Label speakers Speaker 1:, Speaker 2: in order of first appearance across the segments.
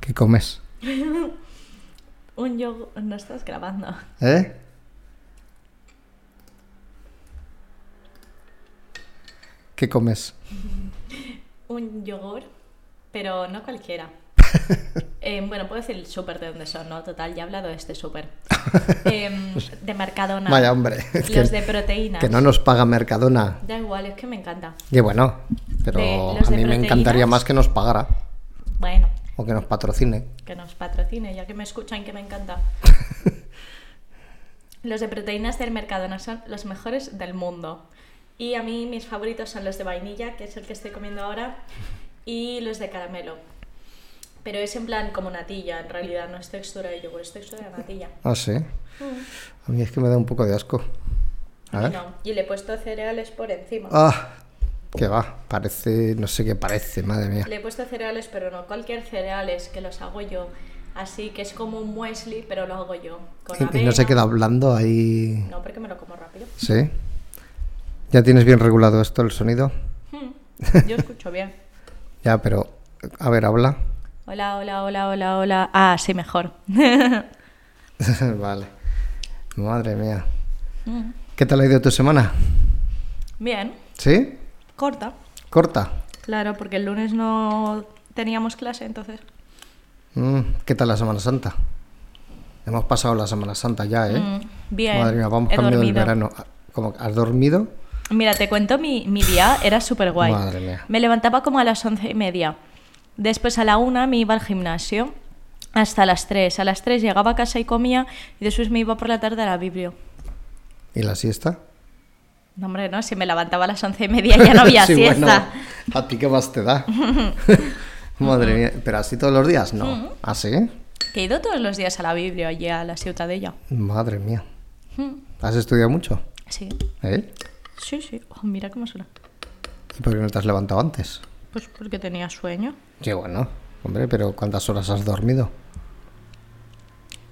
Speaker 1: ¿Qué comes?
Speaker 2: Un yogur. No estás grabando.
Speaker 1: ¿Eh? ¿Qué comes?
Speaker 2: Un yogur, pero no cualquiera. Eh, bueno, puedo decir el súper de donde son, ¿no? Total, ya he hablado de este súper. Em, de Mercadona.
Speaker 1: Vaya hombre. es
Speaker 2: Los
Speaker 1: que,
Speaker 2: de proteínas.
Speaker 1: que no nos paga Mercadona.
Speaker 2: Da igual, es que me encanta.
Speaker 1: Y bueno, pero
Speaker 2: De- los
Speaker 1: a
Speaker 2: de
Speaker 1: mí me encantaría
Speaker 2: proteínas.
Speaker 1: más que nos pagara
Speaker 2: Bueno,
Speaker 1: o que nos patrocine.
Speaker 2: que nos patrocine, ya que me escuchan, que me encanta. los de proteínas del Mercadona son los mejores del mundo. Y a mí mis favoritos son los de vainilla, que es el que estoy comiendo ahora, y los de caramelo. Pero es en plan como natilla, en realidad, no es textura de yogur, es textura de natilla.
Speaker 1: Ah, sí.
Speaker 2: Mm,
Speaker 1: A mí es que me da un poco de asco. A
Speaker 2: a mí
Speaker 1: ver.
Speaker 2: no. Y le he puesto cereales por encima.
Speaker 1: Ah, que va. Parece, no sé qué parece, madre mía.
Speaker 2: Le he puesto cereales, pero no cualquier cereales, que los hago yo. Así que es como un muesli, pero lo hago yo. Con
Speaker 1: Y- Y, no se
Speaker 2: avena.
Speaker 1: queda hablando ahí.
Speaker 2: No, porque me lo como rápido.
Speaker 1: Sí. ¿Ya tienes bien regulado esto el sonido?
Speaker 2: Hmm, Yo escucho bien.
Speaker 1: Ya, pero. A ver, habla.
Speaker 2: Hola, hola, hola, hola, hola. Ah, sí, mejor.
Speaker 1: vale. Madre mía.
Speaker 2: Mm,
Speaker 1: ¿Qué tal ha ido tu semana?
Speaker 2: bien,
Speaker 1: ¿Sí?
Speaker 2: corta.
Speaker 1: ¿Corta?
Speaker 2: Claro, porque el lunes no teníamos clase, entonces.
Speaker 1: Mm, ¿Qué tal la Semana Santa? Hemos pasado la Semana Santa ya, ¿eh?
Speaker 2: Mm, bien.
Speaker 1: Madre mía, vamos
Speaker 2: he
Speaker 1: cambiando el
Speaker 2: dormido.
Speaker 1: verano. ¿Cómo? ¿Has dormido?
Speaker 2: Mira, te cuento mi, mi día, era súper guay.
Speaker 1: Madre mía.
Speaker 2: Me levantaba como a las once y media. Después a la una me iba al gimnasio hasta las tres. A las tres llegaba a casa y comía y después me iba por la tarde a la biblio.
Speaker 1: ¿Y la siesta?
Speaker 2: No, hombre, no, si me levantaba a las once y media ya no había
Speaker 1: Sí, bueno,
Speaker 2: siesta.
Speaker 1: a ti qué más te da. Madre mía, ¿pero así todos los días?
Speaker 2: Mm.
Speaker 1: No. ¿Ah, ¿Así?
Speaker 2: Que he ido todos los días a la biblio allí a la ciudadella.
Speaker 1: Madre mía.
Speaker 2: Mm,
Speaker 1: ¿Has estudiado mucho?
Speaker 2: Sí,
Speaker 1: ¿Eh?
Speaker 2: sí, sí. Oh, mira cómo suena.
Speaker 1: ¿Y por qué no te has levantado antes?
Speaker 2: Pues porque tenía sueño.
Speaker 1: Sí, bueno. Hombre, pero ¿cuántas horas has dormido?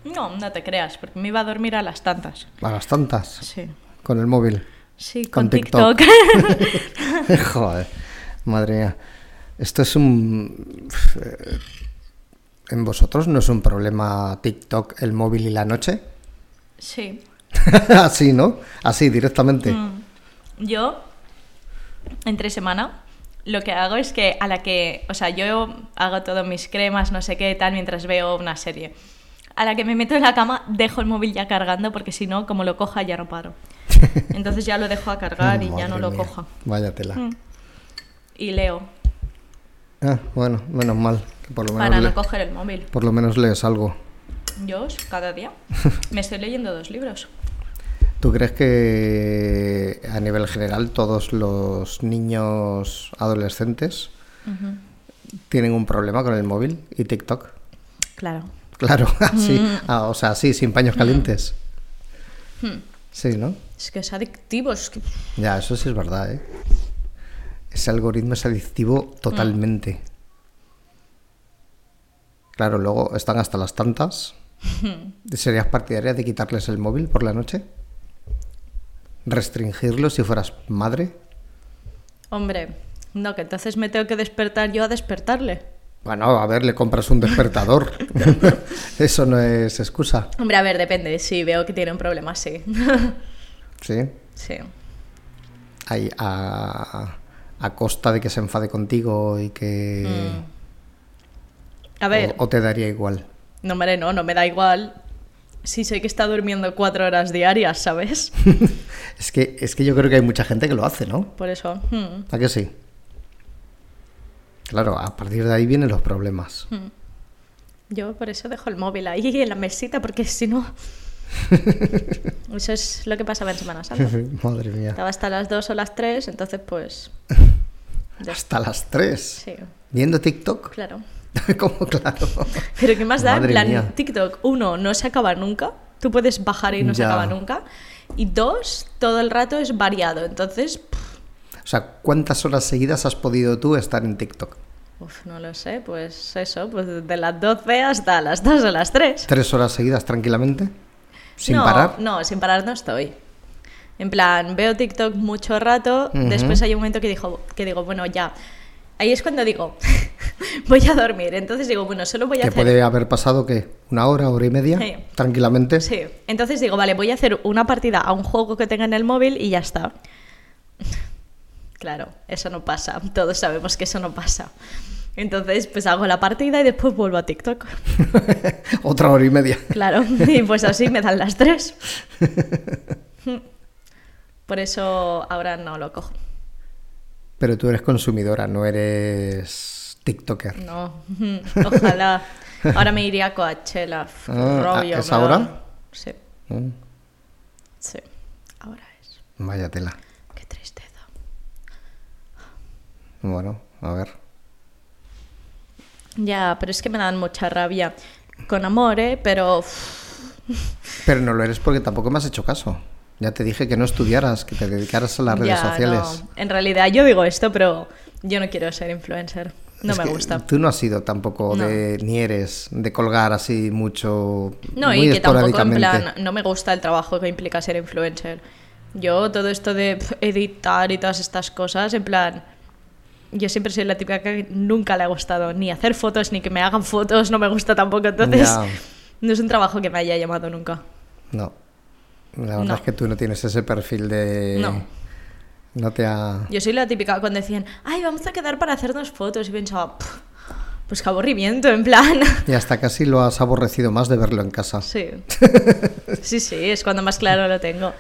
Speaker 2: No, no te creas, porque me iba a dormir a las tantas.
Speaker 1: A las tantas.
Speaker 2: Sí.
Speaker 1: Con el móvil.
Speaker 2: Sí,
Speaker 1: Con
Speaker 2: con,
Speaker 1: TikTok.
Speaker 2: TikTok.
Speaker 1: Joder, madre mía. Esto es un... eh, ¿En vosotros no es un problema TikTok, el móvil y la noche?
Speaker 2: sí.
Speaker 1: Así, ¿no? Así, directamente.
Speaker 2: Mm. Yo, entre semana, lo que hago es que a la que, o sea, yo hago todas mis cremas, no sé qué, tal, mientras veo una serie. A la que me meto en la cama, dejo el móvil ya cargando, porque si no, como lo coja, ya no paro. Entonces ya lo dejo a cargar y ya
Speaker 1: Madre
Speaker 2: no lo
Speaker 1: mía,
Speaker 2: coja.
Speaker 1: Vaya tela.
Speaker 2: Mm. Y leo,
Speaker 1: Ah, bueno, menos mal. Que por, lo
Speaker 2: para
Speaker 1: menos
Speaker 2: no
Speaker 1: le-
Speaker 2: coger el móvil.
Speaker 1: por lo menos lees algo.
Speaker 2: Yo, cada día, me estoy leyendo dos libros.
Speaker 1: ¿Tú crees que a nivel general todos los niños adolescentes
Speaker 2: Ujú.
Speaker 1: tienen un problema con el móvil y TikTok?
Speaker 2: Claro.
Speaker 1: Claro, así. Ah, o sea, así, sin paños calientes.
Speaker 2: Mm.
Speaker 1: Sí, ¿no?
Speaker 2: Es que es adictivo, es que...
Speaker 1: Ya, eso sí es verdad, ¿eh? Ese algoritmo es adictivo totalmente.
Speaker 2: Mm.
Speaker 1: Claro, luego están hasta las tantas. ¿Serías partidaria de quitarles el móvil por la noche? ¿Restringirlo si fueras madre?
Speaker 2: Hombre, no, que entonces me tengo que despertar yo a despertarle.
Speaker 1: Bueno, a ver, le compras un despertador. eso no es excusa,
Speaker 2: Hombre, a ver, depende. Si veo que tiene un problema, sí.
Speaker 1: ¿sí?
Speaker 2: sí.
Speaker 1: Ahí, a, a costa de que se enfade contigo y que...
Speaker 2: Mm. A ver,
Speaker 1: Eh. o- o te daría igual.
Speaker 2: no, hombre, no, no me da igual. Si sé que está durmiendo cuatro horas diarias, ¿sabes?
Speaker 1: Es que, es que yo creo que hay mucha gente que lo hace, ¿no?
Speaker 2: Por eso. mm,
Speaker 1: ¿A que sí? Claro, a partir de ahí vienen los problemas.
Speaker 2: Hmm. Yo por eso dejo el móvil ahí en la mesita, porque si no. eso es lo que pasaba en Semana Santa.
Speaker 1: Madre mía.
Speaker 2: Estaba hasta las dos o las tres, entonces, pues. ya-
Speaker 1: Hasta las 3.
Speaker 2: Sí,
Speaker 1: ¿Viendo TikTok?
Speaker 2: claro.
Speaker 1: ¿Cómo claro?
Speaker 2: Pero ¿qué más da? En
Speaker 1: Madre
Speaker 2: plan,
Speaker 1: mía.
Speaker 2: TikTok, uno, no se acaba nunca. Tú puedes bajar y no se
Speaker 1: Ya.
Speaker 2: acaba nunca. Y dos, todo el rato es variado. Entonces, pff,
Speaker 1: O sea, ¿cuántas horas seguidas has podido tú estar en TikTok?
Speaker 2: uf, no lo sé, pues eso, pues de las 12 hasta las 2 o las 3.
Speaker 1: ¿Tres horas seguidas tranquilamente? ¿Sin
Speaker 2: no,
Speaker 1: parar?
Speaker 2: No, sin parar no estoy. En plan, veo TikTok mucho rato,
Speaker 1: Ujú.
Speaker 2: después hay un momento que, dijo, que digo, bueno, ya. Ahí es cuando digo, voy a dormir. Entonces digo, bueno, solo voy a
Speaker 1: Que
Speaker 2: hacer...
Speaker 1: puede haber pasado, ¿qué? ¿Una hora, hora y media?
Speaker 2: Sí.
Speaker 1: Tranquilamente.
Speaker 2: Sí. Entonces digo, vale, voy a hacer una partida a un juego que tenga en el móvil y ya está. Claro, eso no pasa. Todos sabemos que eso no pasa. Entonces, pues hago la partida y después vuelvo a TikTok.
Speaker 1: Otra hora y media.
Speaker 2: Claro, y pues así me dan las tres. Por eso ahora no lo cojo.
Speaker 1: Pero tú eres consumidora, no eres TikToker.
Speaker 2: No, ojalá. Ahora me iría a Coachella. f-
Speaker 1: Ah,
Speaker 2: rollo,
Speaker 1: ¿es
Speaker 2: me da-
Speaker 1: ahora?
Speaker 2: Sí,
Speaker 1: Mm,
Speaker 2: sí. Ahora es.
Speaker 1: Vaya tela.
Speaker 2: Qué tristeza.
Speaker 1: Bueno, a ver.
Speaker 2: Ya, pero es que me dan mucha rabia. Con amor, ¿eh? Pero uf,
Speaker 1: Pero no lo eres porque tampoco me has hecho caso. Ya te dije que no estudiaras, que te dedicaras a las redes
Speaker 2: ya,
Speaker 1: sociales.
Speaker 2: no. En realidad yo digo esto, pero yo no quiero ser influencer. No
Speaker 1: Es
Speaker 2: me
Speaker 1: que
Speaker 2: gusta.
Speaker 1: Tú no has sido tampoco
Speaker 2: No.
Speaker 1: de ni eres de colgar así mucho.
Speaker 2: No,
Speaker 1: muy
Speaker 2: y que tampoco en
Speaker 1: esporádicamente.
Speaker 2: plan, no me gusta el trabajo que implica ser influencer. Yo todo esto de pf, editar y todas estas cosas, en plan, yo siempre soy la típica que nunca le ha gustado ni hacer fotos ni que me hagan fotos, no me gusta tampoco, entonces
Speaker 1: Ya.
Speaker 2: no es un trabajo que me haya llamado nunca.
Speaker 1: No. La verdad
Speaker 2: No.
Speaker 1: es que tú no tienes ese perfil de.
Speaker 2: No.
Speaker 1: No te ha.
Speaker 2: Yo soy la típica cuando decían, ay, vamos a quedar para hacernos fotos y pensaba, "Pf, pues qué aburrimiento, en plan.
Speaker 1: Y hasta casi lo has aborrecido más de verlo en casa.
Speaker 2: Sí. Sí, sí, es cuando más claro lo tengo.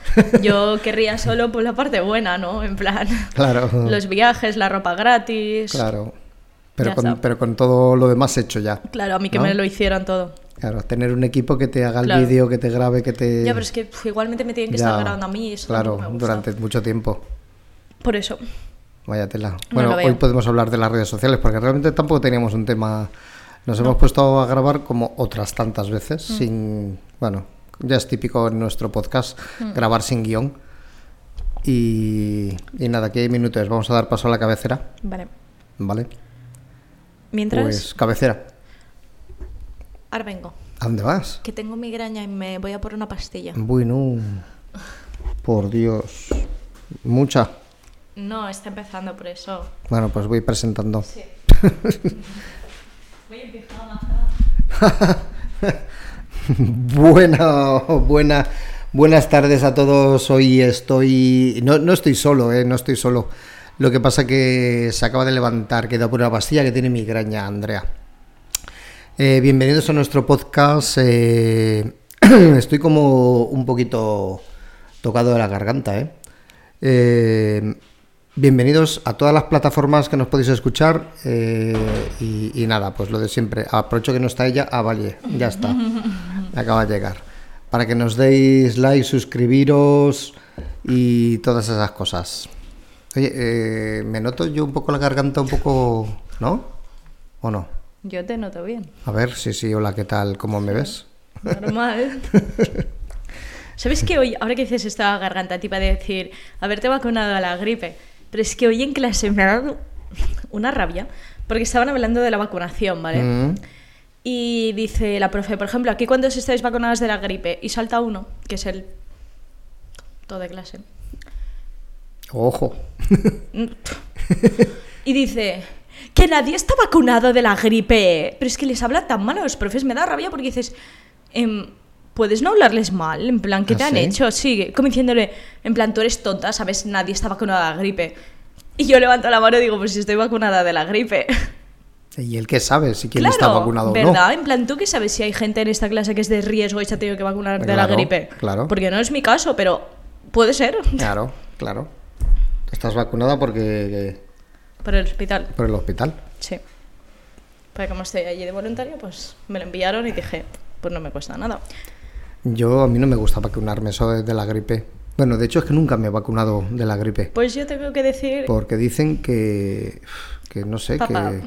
Speaker 2: Yo querría solo por la parte buena, ¿no? En plan,
Speaker 1: Claro.
Speaker 2: los viajes, la ropa gratis.
Speaker 1: Ah. Claro. Pero
Speaker 2: Ya
Speaker 1: con,
Speaker 2: está.
Speaker 1: pero con todo lo demás hecho ya.
Speaker 2: Claro, a mí que
Speaker 1: ¿No?
Speaker 2: me lo hicieran todo.
Speaker 1: Claro, tener un equipo que te haga el
Speaker 2: Claro.
Speaker 1: vídeo, que te grabe, que te.
Speaker 2: Ya, pero es que pf, igualmente me tienen que
Speaker 1: Eh, Ya,
Speaker 2: estar grabando a mí. Eso
Speaker 1: Claro,
Speaker 2: tampoco me gusta.
Speaker 1: durante mucho tiempo.
Speaker 2: Por eso.
Speaker 1: Vaya tela.
Speaker 2: No
Speaker 1: Bueno,
Speaker 2: lo veo.
Speaker 1: hoy podemos hablar de las redes sociales porque realmente tampoco teníamos un tema. Nos hemos puesto a grabar como otras tantas veces,
Speaker 2: Mm.
Speaker 1: sin. Bueno, ya es típico en nuestro podcast
Speaker 2: Mm.
Speaker 1: grabar sin guión. Y, y nada, aquí hay minutos. Vamos a dar paso a la cabecera,
Speaker 2: Vale.
Speaker 1: ¿vale?
Speaker 2: Mientras,
Speaker 1: Pues cabecera.
Speaker 2: ahora vengo.
Speaker 1: ¿A dónde vas?
Speaker 2: Que tengo migraña y me voy a por una pastilla.
Speaker 1: Mm. Bueno, por Dios. Mucha.
Speaker 2: No, está empezando por eso.
Speaker 1: Bueno, pues voy presentando.
Speaker 2: Sí. voy en pijama.
Speaker 1: Bueno, buena, buenas tardes a todos. Hoy estoy. No, no estoy solo, eh, no estoy solo. Lo que pasa que se acaba de levantar, queda por una pastilla que tiene migraña, Andrea. Eh, bienvenidos a nuestro podcast. eh, estoy como un poquito tocado de la garganta, ¿eh? Eh, bienvenidos a todas las plataformas que nos podéis escuchar. eh, y, y nada, pues lo de siempre. Aprovecho que no está ella. Ah, vale, ya está. Acaba de llegar. Para que nos deis like, suscribiros y todas esas cosas. Oye, eh, me noto yo un poco la garganta, un poco. ¿No? ¿O no?
Speaker 2: Yo te noto bien.
Speaker 1: A ver, sí, sí, hola, ¿qué tal? ¿Cómo me ves?
Speaker 2: Normal. ¿Sabes que hoy, ahora que dices esta garganta tipa de decir haberte vacunado a la gripe? Pero es que hoy en clase me ha dado una rabia porque estaban hablando de la vacunación, ¿vale?
Speaker 1: Mm,
Speaker 2: Y dice la profe, por ejemplo, aquí cuántos estáis vacunados de la gripe y salta uno, que es el todo de clase.
Speaker 1: Ojo.
Speaker 2: Y dice que nadie está vacunado de la gripe. Pero es que les habla tan mal a los profes, me da rabia porque dices, em, ¿puedes no hablarles mal? En plan, ¿qué
Speaker 1: ¿Ah,
Speaker 2: te han
Speaker 1: sí?
Speaker 2: hecho? Sí, como diciéndole, en plan, tú eres tonta, ¿sabes? Nadie está vacunado de la gripe. Y yo levanto la mano y digo, pues si estoy vacunada de la gripe.
Speaker 1: ¿Y el que sabe si quién
Speaker 2: claro,
Speaker 1: está vacunado o
Speaker 2: ¿verdad?
Speaker 1: no?
Speaker 2: En plan, ¿tú qué sabes si hay gente en esta clase que es de riesgo y se ha tenido que vacunar de la
Speaker 1: Claro,
Speaker 2: gripe?
Speaker 1: claro.
Speaker 2: Porque no es mi caso, pero puede ser.
Speaker 1: Claro, claro. Estás vacunada porque
Speaker 2: Por el hospital.
Speaker 1: por el hospital.
Speaker 2: Sí. Porque como estoy allí de voluntario, pues me lo enviaron y dije, pues no me cuesta nada.
Speaker 1: Yo a mí no me gusta vacunarme, eso es de la gripe. Bueno, de hecho es que nunca me he vacunado de la gripe.
Speaker 2: Pues yo tengo que decir,
Speaker 1: Porque dicen que. Pues que no sé,
Speaker 2: papá,
Speaker 1: que.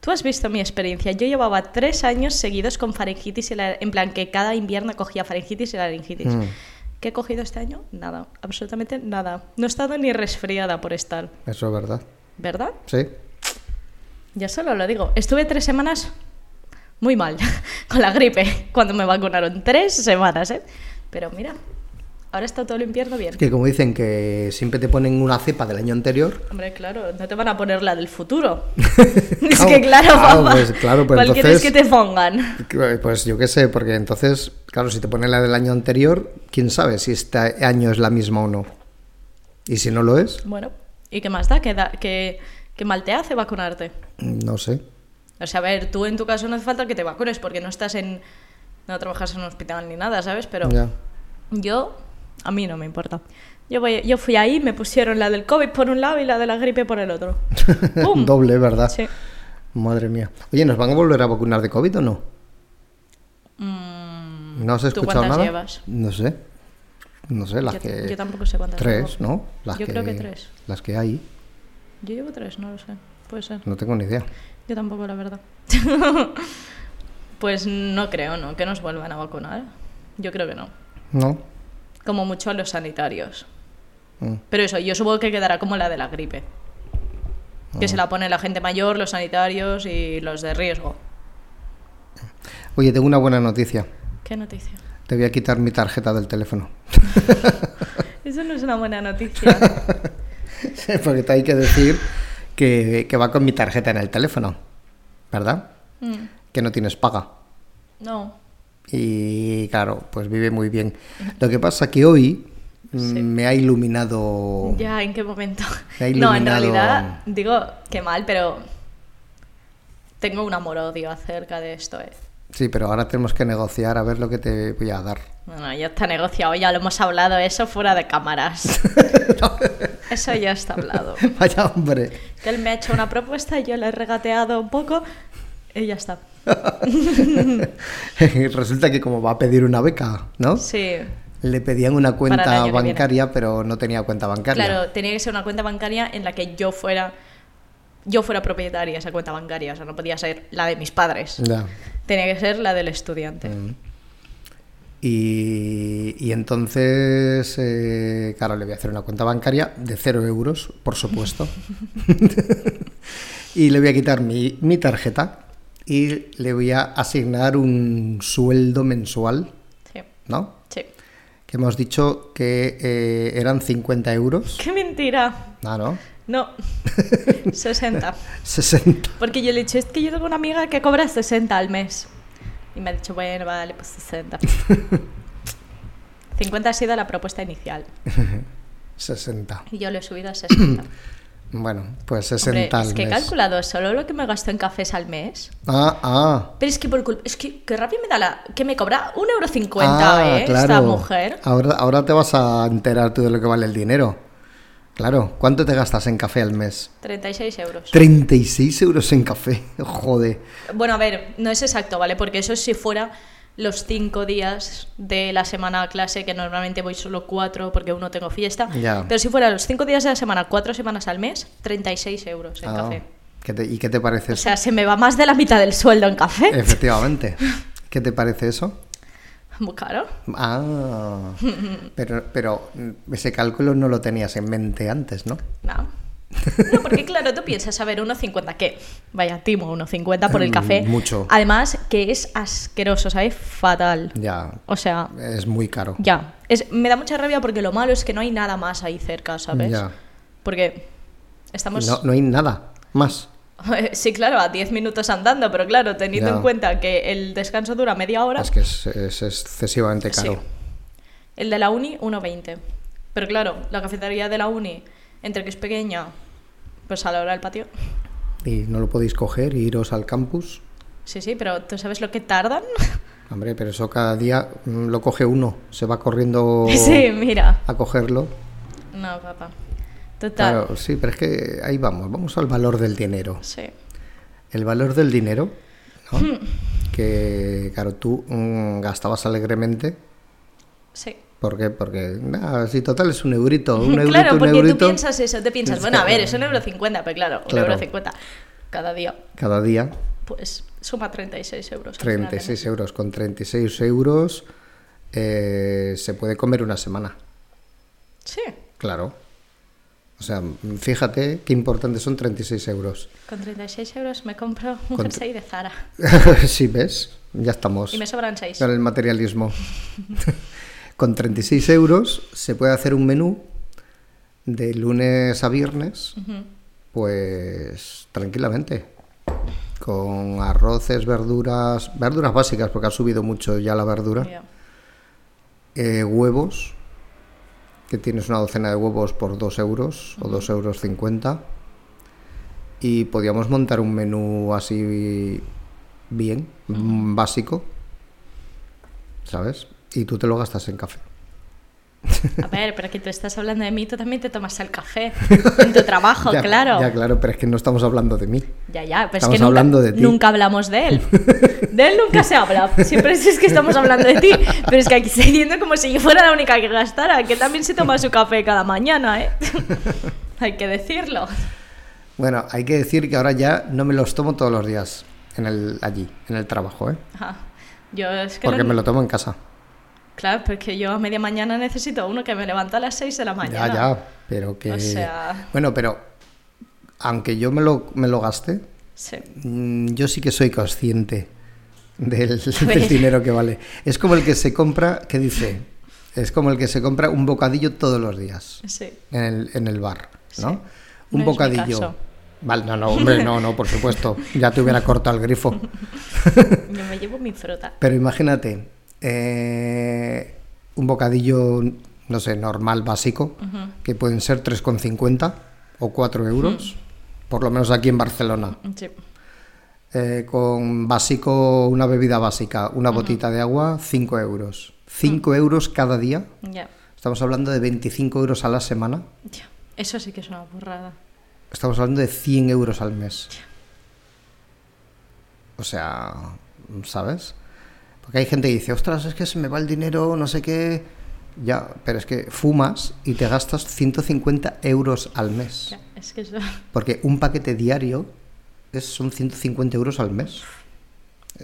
Speaker 2: tú has visto mi experiencia. Yo llevaba tres años seguidos con faringitis y la- en plan que cada invierno cogía faringitis y laringitis.
Speaker 1: Mm.
Speaker 2: ¿Qué he cogido este año? Nada, absolutamente nada. No he estado ni resfriada por estar,
Speaker 1: Eso es verdad.
Speaker 2: ¿verdad?
Speaker 1: Sí.
Speaker 2: Ya solo lo digo. Estuve tres semanas muy mal con la gripe cuando me vacunaron. Tres semanas, ¿eh? Pero mira, Ahora está todo el invierno bien.
Speaker 1: Que como dicen que siempre te ponen una cepa del año anterior.
Speaker 2: Hombre, claro, no te van a poner la del futuro. es que claro,
Speaker 1: claro,
Speaker 2: papá,
Speaker 1: pues, claro, pues,
Speaker 2: ¿cuál quieres
Speaker 1: entonces-
Speaker 2: que te pongan?
Speaker 1: Pues yo qué sé, porque entonces, claro, si te ponen la del año anterior, quién sabe si este año es la misma o no. Y si no lo es,
Speaker 2: Bueno, ¿y qué más da? ¿Qué, da- qué- qué mal te hace vacunarte?
Speaker 1: no sé.
Speaker 2: O sea, a ver, tú en tu caso no hace falta que te vacunes porque no estás en... No trabajas en un hospital ni nada, ¿sabes? Pero
Speaker 1: Ya.
Speaker 2: yo... A mí no me importa. Yo, voy, yo fui ahí, me pusieron la del COVID por un lado y la de la gripe por el otro. ¡Pum!
Speaker 1: Doble, ¿verdad?
Speaker 2: Sí.
Speaker 1: Madre mía. Oye, ¿nos van a volver a vacunar de COVID o no?
Speaker 2: Mm,
Speaker 1: ¿No has
Speaker 2: ¿Tú
Speaker 1: escuchado
Speaker 2: cuántas
Speaker 1: nada?
Speaker 2: llevas?
Speaker 1: No sé. No sé, las
Speaker 2: yo,
Speaker 1: que.
Speaker 2: yo tampoco sé cuántas
Speaker 1: Tres,
Speaker 2: llevo.
Speaker 1: ¿no? Las
Speaker 2: Yo creo que tres.
Speaker 1: Las que hay.
Speaker 2: Yo llevo tres, no lo sé. Puede ser.
Speaker 1: No tengo ni idea.
Speaker 2: Yo tampoco, la verdad. pues no creo, ¿no? Que nos vuelvan a vacunar. Yo creo que no.
Speaker 1: No.
Speaker 2: Como mucho a los sanitarios.
Speaker 1: Mm.
Speaker 2: Pero eso, yo supongo que quedará como la de la gripe. Que se la pone la gente mayor, los sanitarios y los de riesgo.
Speaker 1: Oye, tengo una buena noticia.
Speaker 2: ¿Qué noticia?
Speaker 1: Te voy a quitar mi tarjeta del teléfono.
Speaker 2: Eso no es una buena noticia.
Speaker 1: Porque te hay que decir que, que va con mi tarjeta en el teléfono. ¿Verdad?
Speaker 2: Mm,
Speaker 1: Que no tienes paga.
Speaker 2: no.
Speaker 1: Y claro, pues vive muy bien. Lo que pasa que hoy mm,
Speaker 2: Sí.
Speaker 1: me ha iluminado.
Speaker 2: Ya, ¿en qué momento?
Speaker 1: Te Oh. ha
Speaker 2: No, en
Speaker 1: iluminado-
Speaker 2: realidad, digo que mal, pero tengo un amor-odio acerca de esto. ¿eh?
Speaker 1: Sí, pero ahora tenemos que negociar a ver lo que te voy a dar.
Speaker 2: Bueno, ya está negociado, ya lo hemos hablado, eso fuera de cámaras. Eso ya está hablado.
Speaker 1: Vaya hombre.
Speaker 2: Que él me ha hecho una propuesta, yo le he regateado un poco y ya está.
Speaker 1: Oh. Resulta que como va a pedir una beca, ¿no?
Speaker 2: Sí.
Speaker 1: Le pedían una
Speaker 2: Para el
Speaker 1: cuenta
Speaker 2: año que viene.
Speaker 1: bancaria, pero no tenía cuenta bancaria.
Speaker 2: Claro, tenía que ser una cuenta bancaria en la que yo fuera yo fuera propietaria de esa cuenta bancaria, o sea, no podía ser la de mis padres.
Speaker 1: Ya.
Speaker 2: Tenía que ser la del estudiante.
Speaker 1: Mm. Y, y entonces, eh, claro, le voy a hacer una cuenta bancaria de cero euros, por supuesto. y le voy a quitar mi, mi tarjeta y le voy a asignar un sueldo mensual,
Speaker 2: Sí.
Speaker 1: ¿no?
Speaker 2: Sí.
Speaker 1: Que hemos dicho que eh, eran 50 euros.
Speaker 2: ¡Qué mentira!
Speaker 1: Ah, ¿no?
Speaker 2: No, 60.
Speaker 1: 60.
Speaker 2: Porque yo le he dicho, es que yo tengo una amiga que cobra 60 al mes. Y me ha dicho, bueno, vale, pues 60. 50 ha sido la propuesta inicial.
Speaker 1: 60.
Speaker 2: Y yo lo he subido a 60.
Speaker 1: Bueno, pues
Speaker 2: Hombre,
Speaker 1: 60 al
Speaker 2: es que he
Speaker 1: mes.
Speaker 2: calculado solo lo que me gasto en cafés al mes.
Speaker 1: Ah, ah.
Speaker 2: Pero es que por culpa. Es que qué rabia me da la. Que me cobra 1,50€
Speaker 1: Ah,
Speaker 2: ¿eh? esta
Speaker 1: claro. Ah.
Speaker 2: mujer.
Speaker 1: Ahora, ahora te vas a enterar tú de lo que vale el dinero. Claro, ¿cuánto te gastas en café al mes?
Speaker 2: 36 euros.
Speaker 1: 36 euros en café, joder.
Speaker 2: Bueno, a ver, no es exacto, ¿vale? Porque eso es si fuera los cinco días de la semana a clase, que normalmente voy solo cuatro porque uno tengo fiesta.
Speaker 1: Ya.
Speaker 2: Pero si fuera los cinco días de la semana, cuatro semanas al mes, 36 euros en
Speaker 1: Ah,
Speaker 2: café.
Speaker 1: ¿qué te- ¿Y qué te parece
Speaker 2: O
Speaker 1: eso?
Speaker 2: sea, se me va más de la mitad del sueldo en café.
Speaker 1: Efectivamente. ¿Qué te parece eso?
Speaker 2: Muy caro.
Speaker 1: Ah, pero, pero mm, ese cálculo no lo tenías en mente antes, ¿no?
Speaker 2: No. No, porque claro, tú piensas, a ver, 1,50 que vaya timo, 1,50 por el café.
Speaker 1: Mm, mucho.
Speaker 2: Además, que es asqueroso, ¿sabes? Fatal.
Speaker 1: Ya,
Speaker 2: O sea,
Speaker 1: es muy caro.
Speaker 2: ya. Es, me da mucha rabia porque lo malo es que no hay nada más ahí cerca, ¿sabes?
Speaker 1: Ya.
Speaker 2: Porque estamos...
Speaker 1: No, no hay nada más.
Speaker 2: Sí, claro, a 10 minutos andando, pero claro, teniendo
Speaker 1: Ya.
Speaker 2: en cuenta que el descanso dura media hora,
Speaker 1: Es que es, es excesivamente
Speaker 2: Sí.
Speaker 1: caro.
Speaker 2: el de la uni 1,20. Pero claro, la cafetería de la uni, entre que es pequeña, pues a la hora del patio.
Speaker 1: Y no lo podéis coger e iros al campus.
Speaker 2: Sí, sí, pero ¿tú sabes lo que tardan?
Speaker 1: Hombre, pero eso cada día mm, lo coge uno, se va corriendo
Speaker 2: Sí, mira.
Speaker 1: a cogerlo.
Speaker 2: No, papá. Total.
Speaker 1: Claro, sí, pero es que ahí vamos, vamos al valor del dinero.
Speaker 2: Sí.
Speaker 1: El valor del dinero, ¿no?
Speaker 2: Hmm.
Speaker 1: que claro, tú mm, gastabas alegremente.
Speaker 2: Sí.
Speaker 1: ¿Por qué? Porque, nada, si total es un eurito, un eurito,
Speaker 2: claro,
Speaker 1: un
Speaker 2: porque tú
Speaker 1: eurito
Speaker 2: piensas eso, te piensas, bueno, a ver, es un euro 50, pero claro, un
Speaker 1: Claro.
Speaker 2: euro 50 cada día,
Speaker 1: cada día,
Speaker 2: pues suma 36 euros. al final de mes.
Speaker 1: 36 euros. Con 36 euros eh, se puede comer una semana,
Speaker 2: Sí,
Speaker 1: claro. O sea, fíjate qué importantes son 36 euros.
Speaker 2: con 36 euros me compro un
Speaker 1: Con-
Speaker 2: jersey de Zara
Speaker 1: sí, ¿ves? Ya estamos
Speaker 2: y me sobran 6.
Speaker 1: con el materialismo. Con 36 euros se puede hacer un menú de lunes a viernes, pues tranquilamente. Con arroces, verduras, verduras básicas, porque ha subido mucho ya la verdura.
Speaker 2: Ya.
Speaker 1: Eh, huevos, que tienes una docena de huevos por 2 euros o 2 euros 50. Y podíamos montar un menú así bien, mm, básico, ¿sabes? Y tú te lo gastas en café.
Speaker 2: A ver, pero que tú estás hablando de mí, tú también te tomas el café en tu trabajo,
Speaker 1: Ya,
Speaker 2: Ah, claro.
Speaker 1: Ya, claro, pero es que no estamos hablando de mí.
Speaker 2: Ya, ya, pero es
Speaker 1: Estamos
Speaker 2: que nunca,
Speaker 1: hablando de ti.
Speaker 2: nunca hablamos de él. De él nunca se habla. Siempre es que estamos hablando de ti. Pero es que aquí estoy diciendo como si yo fuera la única que gastara, que también se toma su café cada mañana, ¿eh? Hay que decirlo.
Speaker 1: Bueno, hay que decir que ahora ya no me los tomo todos los días en el, allí, en el trabajo, ¿eh?
Speaker 2: Ajá. Ah, Yo es que
Speaker 1: Porque
Speaker 2: no-
Speaker 1: me lo tomo en casa.
Speaker 2: Claro, porque yo a media mañana necesito uno que me levanta a las 6 de la mañana.
Speaker 1: Ya, ya, pero que...
Speaker 2: O sea-
Speaker 1: Bueno, pero aunque yo me lo, me lo gaste,
Speaker 2: Sí.
Speaker 1: mm, yo sí que soy consciente del,
Speaker 2: ver.
Speaker 1: del dinero que vale. Es como el que se compra, ¿qué dice? Es como el que se compra un bocadillo todos los días
Speaker 2: Sí.
Speaker 1: en el, en el bar, ¿no?
Speaker 2: Sí.
Speaker 1: Un
Speaker 2: No es mi
Speaker 1: bocadillo.
Speaker 2: caso.
Speaker 1: Vale, no, no, hombre, no, no, por supuesto. Ya te hubiera cortado el grifo.
Speaker 2: Yo me llevo mi fruta.
Speaker 1: Pero imagínate, eh, un bocadillo, no sé, normal, básico, que pueden ser 3,50 o 4 euros, por lo menos aquí en Barcelona.
Speaker 2: Sí.
Speaker 1: Eh, con básico, una bebida básica, una botita de agua, 5 euros. 5 euros cada día,
Speaker 2: Ya.
Speaker 1: estamos hablando de 25 euros a la semana,
Speaker 2: Ya. Eso sí que es una burrada.
Speaker 1: estamos hablando de 100 euros al mes. O sea, ¿sabes? Porque hay gente que dice, ostras, es que se me va el dinero, no sé qué. Ya, pero es que fumas y te gastas 150 euros al mes.
Speaker 2: Ya. Es que eso.
Speaker 1: Porque un paquete diario es, son 150 euros al mes.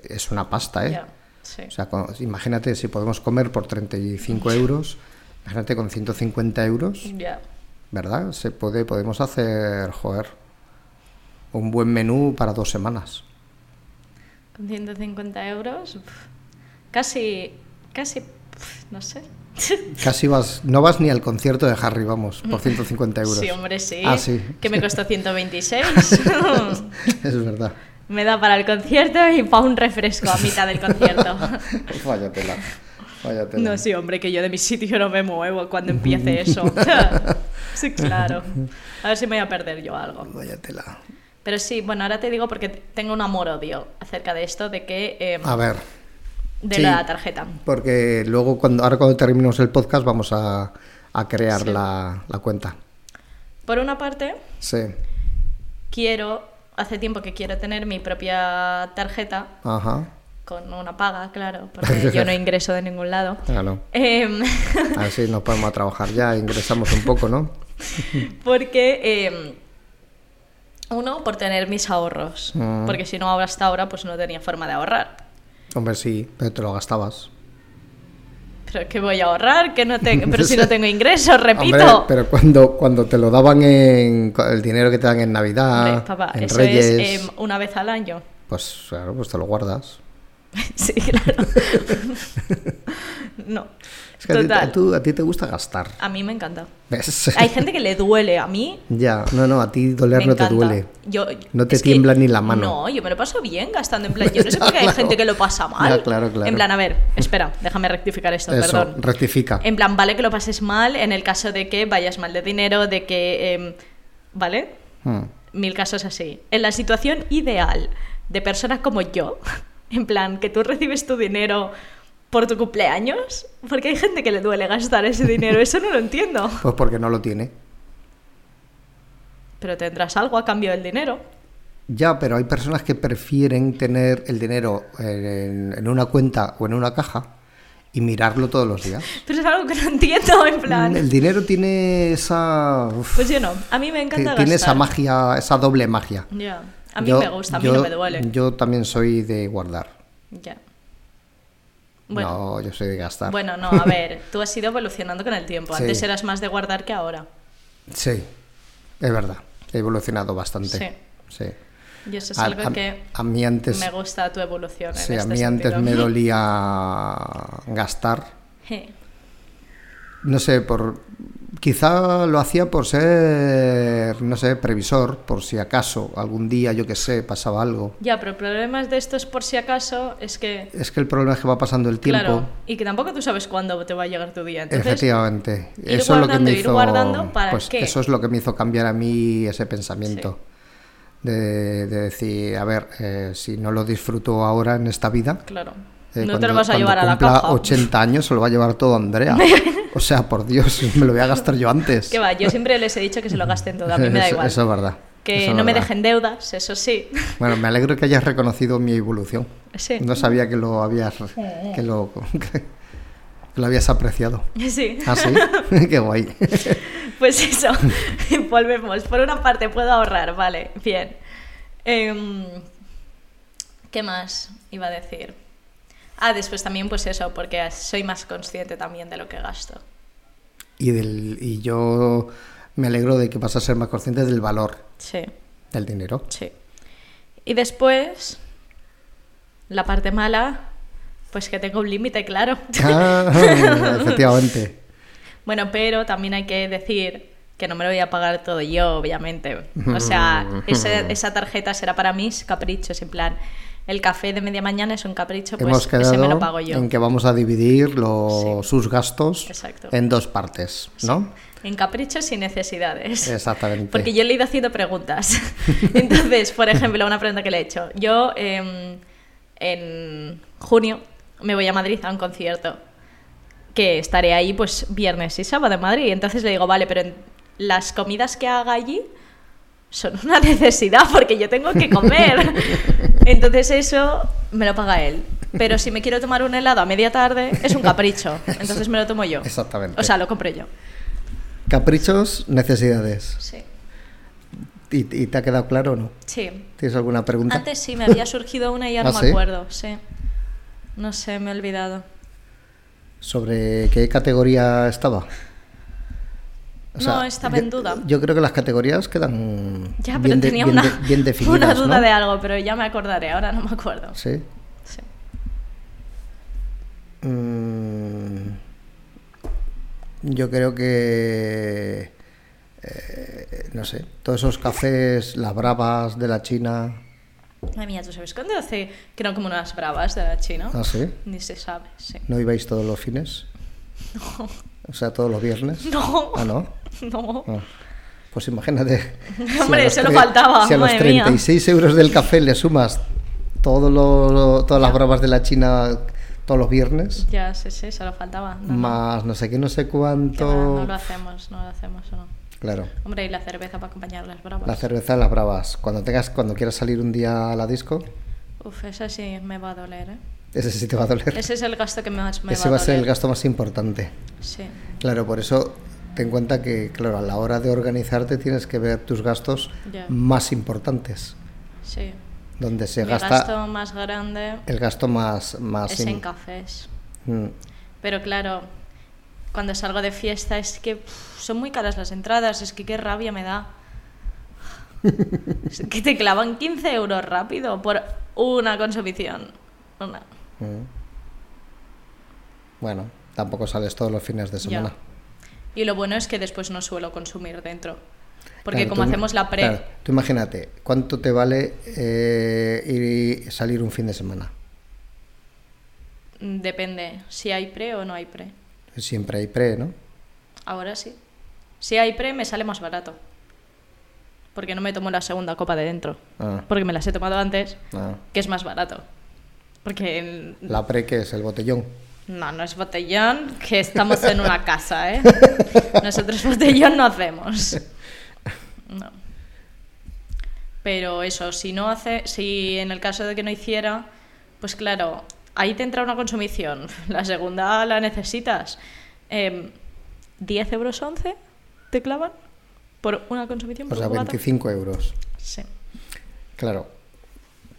Speaker 1: Es una pasta, ¿eh?
Speaker 2: Ya. Sí.
Speaker 1: O sea, con- imagínate si podemos comer por 35 euros, imagínate con 150 euros,
Speaker 2: Ya.
Speaker 1: ¿verdad? Se puede, podemos hacer, joder, un buen menú para dos semanas.
Speaker 2: Con 150 euros. pf, casi. Casi. pf, no sé.
Speaker 1: Casi vas, no vas ni al concierto de Harry, vamos, por 150 euros.
Speaker 2: Sí, hombre, sí.
Speaker 1: Ah, sí.
Speaker 2: Que me costó 126.
Speaker 1: es verdad.
Speaker 2: me da para el concierto y para un refresco a mitad del concierto.
Speaker 1: Váyatela, váyatela.
Speaker 2: No, sí, hombre, que yo de mi sitio no me muevo cuando empiece eso. sí, claro. A ver si me voy a perder yo algo.
Speaker 1: Váyatela.
Speaker 2: Pero sí, bueno, ahora te digo porque tengo un amor-odio acerca de esto, de que... eh,
Speaker 1: A ver,
Speaker 2: de
Speaker 1: Ah, sí.
Speaker 2: la tarjeta.
Speaker 1: porque luego, cuando, ahora cuando terminemos el podcast, vamos a, a crear
Speaker 2: Sí.
Speaker 1: la, la cuenta.
Speaker 2: Por una parte,
Speaker 1: Sí,
Speaker 2: quiero... Hace tiempo que quiero tener mi propia tarjeta,
Speaker 1: ajá,
Speaker 2: con una paga, claro, porque yo no ingreso de ningún lado.
Speaker 1: claro.
Speaker 2: Em,
Speaker 1: Así nos podemos a trabajar ya, ingresamos un poco, ¿no?
Speaker 2: Porque, eh, uno, por tener mis ahorros.
Speaker 1: Mm.
Speaker 2: Porque si no, hasta ahora, pues no tenía forma de ahorrar.
Speaker 1: Hombre, sí, pero te lo gastabas.
Speaker 2: Pero que voy a ahorrar, que no tengo, pero si no tengo ingresos,
Speaker 1: Hombre,
Speaker 2: repito.
Speaker 1: pero cuando, cuando te lo daban en cu- el dinero que te dan en Navidad,
Speaker 2: Hombre, papá,
Speaker 1: ah, en
Speaker 2: eso
Speaker 1: Reyes,
Speaker 2: es em, una vez al año.
Speaker 1: pues claro, pues te lo guardas.
Speaker 2: sí, claro. no.
Speaker 1: Es que a ti,
Speaker 2: Total.
Speaker 1: a tú- a ti te gusta gastar.
Speaker 2: A mí me encanta.
Speaker 1: ¿Ves?
Speaker 2: Hay gente que le duele a mí.
Speaker 1: ya, no, no, a ti
Speaker 2: Me
Speaker 1: doler no te
Speaker 2: encanta.
Speaker 1: duele.
Speaker 2: Yo-
Speaker 1: No te
Speaker 2: es que-
Speaker 1: tiembla ni la mano.
Speaker 2: No, yo me lo paso bien gastando en plan. Yo no sé por qué hay
Speaker 1: claro.
Speaker 2: gente que lo pasa mal.
Speaker 1: Ya, claro, claro.
Speaker 2: En plan, a ver, espera, déjame rectificar esto,
Speaker 1: Eso,
Speaker 2: perdón. Em-
Speaker 1: rectifica.
Speaker 2: En plan, vale que lo pases mal en el caso de que vayas mal de dinero, de que... em, ¿Vale?
Speaker 1: Mm.
Speaker 2: Mil casos así. En la situación ideal de personas como yo, en plan, que tú recibes tu dinero por tu cumpleaños, porque hay gente que le duele gastar ese dinero, eso no lo entiendo.
Speaker 1: Pues porque no lo tiene.
Speaker 2: Pero tendrás algo a cambio del dinero.
Speaker 1: Ya, pero hay personas que prefieren tener el dinero eh, en, en una cuenta o en una caja y mirarlo todos los días.
Speaker 2: Pero es algo que no entiendo, en
Speaker 1: Mm, El
Speaker 2: plan...
Speaker 1: dinero tiene esa. uf,
Speaker 2: Pues yo no, a mí me
Speaker 1: ti-
Speaker 2: encanta
Speaker 1: tiene esa
Speaker 2: gastar.
Speaker 1: magia, esa doble magia.
Speaker 2: Ya. A mí
Speaker 1: Yo-
Speaker 2: me gusta, a mí
Speaker 1: yo-
Speaker 2: no me duele.
Speaker 1: Yo también soy de guardar.
Speaker 2: Ya. Bueno,
Speaker 1: No, yo soy de gastar.
Speaker 2: Bueno, no, a ver, tú has ido evolucionando con el tiempo.
Speaker 1: Sí.
Speaker 2: Antes eras más de guardar que ahora.
Speaker 1: Sí, es verdad. He evolucionado bastante.
Speaker 2: Sí.
Speaker 1: Sí.
Speaker 2: Y eso es
Speaker 1: A-
Speaker 2: algo
Speaker 1: a-
Speaker 2: que
Speaker 1: a mí antes.
Speaker 2: me gusta tu evolución. en
Speaker 1: sí, a
Speaker 2: este
Speaker 1: mí antes
Speaker 2: sentido.
Speaker 1: me dolía gastar
Speaker 2: Sí.
Speaker 1: no sé, por quizá lo hacía por ser, no sé, previsor, por si acaso algún día, yo qué sé, pasaba algo.
Speaker 2: Ya, pero el problema de esto es por si acaso, es que...
Speaker 1: Es que el problema es que va pasando el tiempo.
Speaker 2: Claro, y que tampoco tú sabes cuándo te va a llegar tu día. Entonces,
Speaker 1: Efectivamente.
Speaker 2: ir
Speaker 1: Eso es lo que
Speaker 2: guardando,
Speaker 1: me
Speaker 2: ir
Speaker 1: hizo.
Speaker 2: guardando, ¿para
Speaker 1: pues
Speaker 2: qué?
Speaker 1: eso es lo que me hizo cambiar a mí ese pensamiento. De, de decir, a ver, eh, si no lo disfruto ahora en esta vida,
Speaker 2: Claro.
Speaker 1: eh,
Speaker 2: no
Speaker 1: cuando-
Speaker 2: te lo vas a
Speaker 1: cuando
Speaker 2: llevar a la
Speaker 1: cumpla
Speaker 2: caja.
Speaker 1: 80 años se lo va a llevar todo Andrea. O sea, por Dios, me lo voy a gastar yo antes.
Speaker 2: Que va, yo siempre les he dicho que se lo gasten todo, a mí me da
Speaker 1: Eso-
Speaker 2: igual.
Speaker 1: Eso es verdad.
Speaker 2: que
Speaker 1: eso es
Speaker 2: no me
Speaker 1: verdad.
Speaker 2: dejen deudas, eso sí.
Speaker 1: Bueno, me alegro que hayas reconocido mi evolución.
Speaker 2: Sí.
Speaker 1: No sabía que lo habías que lo, que lo habías apreciado.
Speaker 2: Sí.
Speaker 1: Ah, sí, qué guay.
Speaker 2: Pues eso, volvemos. Por una parte puedo ahorrar, vale, bien. Em, ¿Qué más iba a decir? Ah, después también pues eso, porque soy más consciente también de lo que gasto.
Speaker 1: Y del y yo me alegro de que vas a ser más consciente del valor
Speaker 2: Sí,
Speaker 1: del dinero.
Speaker 2: sí. Y después, la parte mala, pues que tengo un límite, claro.
Speaker 1: Ah, efectivamente.
Speaker 2: Bueno, pero también hay que decir que no me lo voy a pagar todo yo, obviamente. O sea, esa, esa tarjeta será para mis caprichos, en plan, el café de media mañana es un capricho, pues
Speaker 1: Hemos
Speaker 2: ese me lo
Speaker 1: quedado
Speaker 2: pago yo.
Speaker 1: en que vamos a dividir lo-
Speaker 2: Sí.
Speaker 1: sus gastos
Speaker 2: Exacto.
Speaker 1: en dos partes, ¿no?
Speaker 2: En caprichos y necesidades.
Speaker 1: Exactamente.
Speaker 2: Porque yo le he ido haciendo preguntas. Entonces, por ejemplo, una pregunta que le he hecho. Yo em, en junio me voy a Madrid a un concierto que estaré ahí pues viernes y sábado en Madrid. Entonces le digo, vale, pero en- las comidas que haga allí son una necesidad porque yo tengo que comer. Entonces eso me lo paga él. Pero si me quiero tomar un helado a media tarde, es un capricho. Entonces me lo tomo yo.
Speaker 1: Exactamente.
Speaker 2: O sea, lo compré yo.
Speaker 1: Caprichos, necesidades.
Speaker 2: Sí.
Speaker 1: ¿Y, y te ha quedado claro o no?
Speaker 2: Sí.
Speaker 1: ¿Tienes alguna pregunta?
Speaker 2: Antes sí, me había surgido una y ya no
Speaker 1: ¿Ah,
Speaker 2: me
Speaker 1: sí?
Speaker 2: acuerdo, sí. No sé, me he olvidado.
Speaker 1: ¿Sobre qué categoría estaba?
Speaker 2: No, estaba
Speaker 1: yo-
Speaker 2: en duda.
Speaker 1: Yo creo que las categorías quedan
Speaker 2: Ya, pero
Speaker 1: bien, de-
Speaker 2: tenía
Speaker 1: bien
Speaker 2: una,
Speaker 1: de- bien definidas.
Speaker 2: una duda
Speaker 1: ¿no?
Speaker 2: de algo, pero ya me acordaré, ahora no me acuerdo.
Speaker 1: Sí.
Speaker 2: Sí.
Speaker 1: Mm, yo creo que. eh, no sé, todos esos cafés, las bravas de la China.
Speaker 2: Ay, mía, ¿tú sabes cuándo hace? Que no como unas bravas de la China.
Speaker 1: Ah, sí.
Speaker 2: Ni se sabe, sí.
Speaker 1: ¿No ibais todos los fines? O sea, todos los viernes.
Speaker 2: No,
Speaker 1: Ah, no.
Speaker 2: no.
Speaker 1: Ah, Pues imagínate. a
Speaker 2: Hombre,
Speaker 1: los
Speaker 2: se lo
Speaker 1: tre-
Speaker 2: faltaba,
Speaker 1: Si a los
Speaker 2: madre mía.
Speaker 1: 36 euros del café le sumas todo lo- todas las bravas de la China todos los viernes,
Speaker 2: Ya, sí, sí, se lo faltaba. No, no.
Speaker 1: más no sé qué, no sé
Speaker 2: Que va,
Speaker 1: cuánto.
Speaker 2: no lo hacemos, no lo hacemos, ¿o no.
Speaker 1: Claro.
Speaker 2: Hombre, y la cerveza para acompañar las bravas.
Speaker 1: La cerveza de las bravas. Cuando tengas, cuando quieras salir un día a la disco,
Speaker 2: Uf, esa sí me va a doler, ¿eh?
Speaker 1: ese sí te va a doler.
Speaker 2: Ese es el gasto que más me
Speaker 1: Ese
Speaker 2: va
Speaker 1: va
Speaker 2: a
Speaker 1: a ser el
Speaker 2: doler.
Speaker 1: gasto más importante.
Speaker 2: Sí.
Speaker 1: Claro, por eso ten en cuenta que, claro, a la hora de organizarte tienes que ver tus gastos
Speaker 2: Ya.
Speaker 1: más importantes,
Speaker 2: Sí.
Speaker 1: donde se
Speaker 2: Mi
Speaker 1: gasta
Speaker 2: gasto más grande
Speaker 1: el gasto más más
Speaker 2: es
Speaker 1: im-
Speaker 2: en cafés.
Speaker 1: Mm,
Speaker 2: Pero claro, cuando salgo de fiesta es que pff, son muy caras las entradas, es que qué rabia me da. Es que te clavan 15 euros rápido por una consumición. Una.
Speaker 1: mm. Bueno, tampoco sales todos los fines de
Speaker 2: Ya.
Speaker 1: semana.
Speaker 2: Y lo bueno es que después no suelo consumir dentro. Porque
Speaker 1: Claro,
Speaker 2: como
Speaker 1: tú-
Speaker 2: hacemos la pre...
Speaker 1: claro, tú imagínate, ¿cuánto te vale eh, ir y salir un fin de semana?
Speaker 2: mm, Depende si hay pre o no hay pre.
Speaker 1: Siempre hay pre, ¿no?
Speaker 2: Ahora sí. Si hay pre, me sale más barato. Porque no me tomo la segunda copa de dentro.
Speaker 1: Ah,
Speaker 2: Porque me las he tomado antes,
Speaker 1: ah.
Speaker 2: que es más barato. Porque el-
Speaker 1: La pre que es el botellón.
Speaker 2: no, no es botellón, que estamos en una casa, ¿eh? Nosotros botellón no hacemos. No. Pero eso, si no hace, si en el caso de que no hiciera, pues claro, ahí te entra una consumición. La segunda la necesitas. Em, ¿10 euros 11 te clavan? ¿Por una consumición?
Speaker 1: O
Speaker 2: Por
Speaker 1: sea,
Speaker 2: un cubata?
Speaker 1: 25 euros.
Speaker 2: Sí,
Speaker 1: Claro.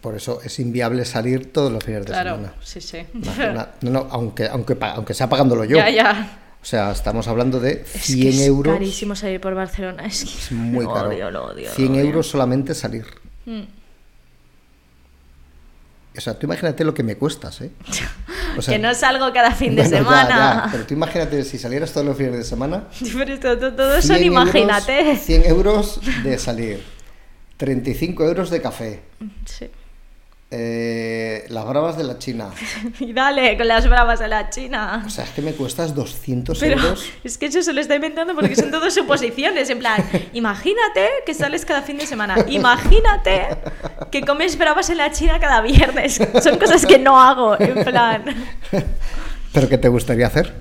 Speaker 1: Por eso es inviable salir todos los fines
Speaker 2: claro,
Speaker 1: de semana.
Speaker 2: sí, sí.
Speaker 1: Imagina- No, no, aunque, aunque, pa- aunque sea pagándolo yo.
Speaker 2: Ya, ya.
Speaker 1: O sea, estamos hablando de
Speaker 2: Es
Speaker 1: 100
Speaker 2: que es
Speaker 1: euros.
Speaker 2: carísimo salir por Barcelona. Es, que
Speaker 1: Es muy
Speaker 2: lo
Speaker 1: caro.
Speaker 2: odio, lo odio, lo
Speaker 1: 100
Speaker 2: odio.
Speaker 1: euros solamente salir.
Speaker 2: Mm.
Speaker 1: O sea, tú imagínate lo que me cuestas, ¿eh? O sea,
Speaker 2: que no salgo cada fin de
Speaker 1: Bueno, ya,
Speaker 2: semana.
Speaker 1: ya, Pero tú imagínate si salieras todos los fines de semana.
Speaker 2: Pero esto- todo, todo son
Speaker 1: 100
Speaker 2: imagínate.
Speaker 1: euros- 100 euros de salir, 35 euros de café,
Speaker 2: Sí.
Speaker 1: eh, las bravas de la China.
Speaker 2: Y dale, con las bravas a la China.
Speaker 1: O sea, es que me cuestas 200
Speaker 2: Pero
Speaker 1: euros.
Speaker 2: es que eso se lo está inventando porque son todas suposiciones. En plan, imagínate que sales cada fin de semana. Imagínate que comes bravas en la China cada viernes. Son cosas que no hago. En plan.
Speaker 1: ¿Pero qué te gustaría hacer?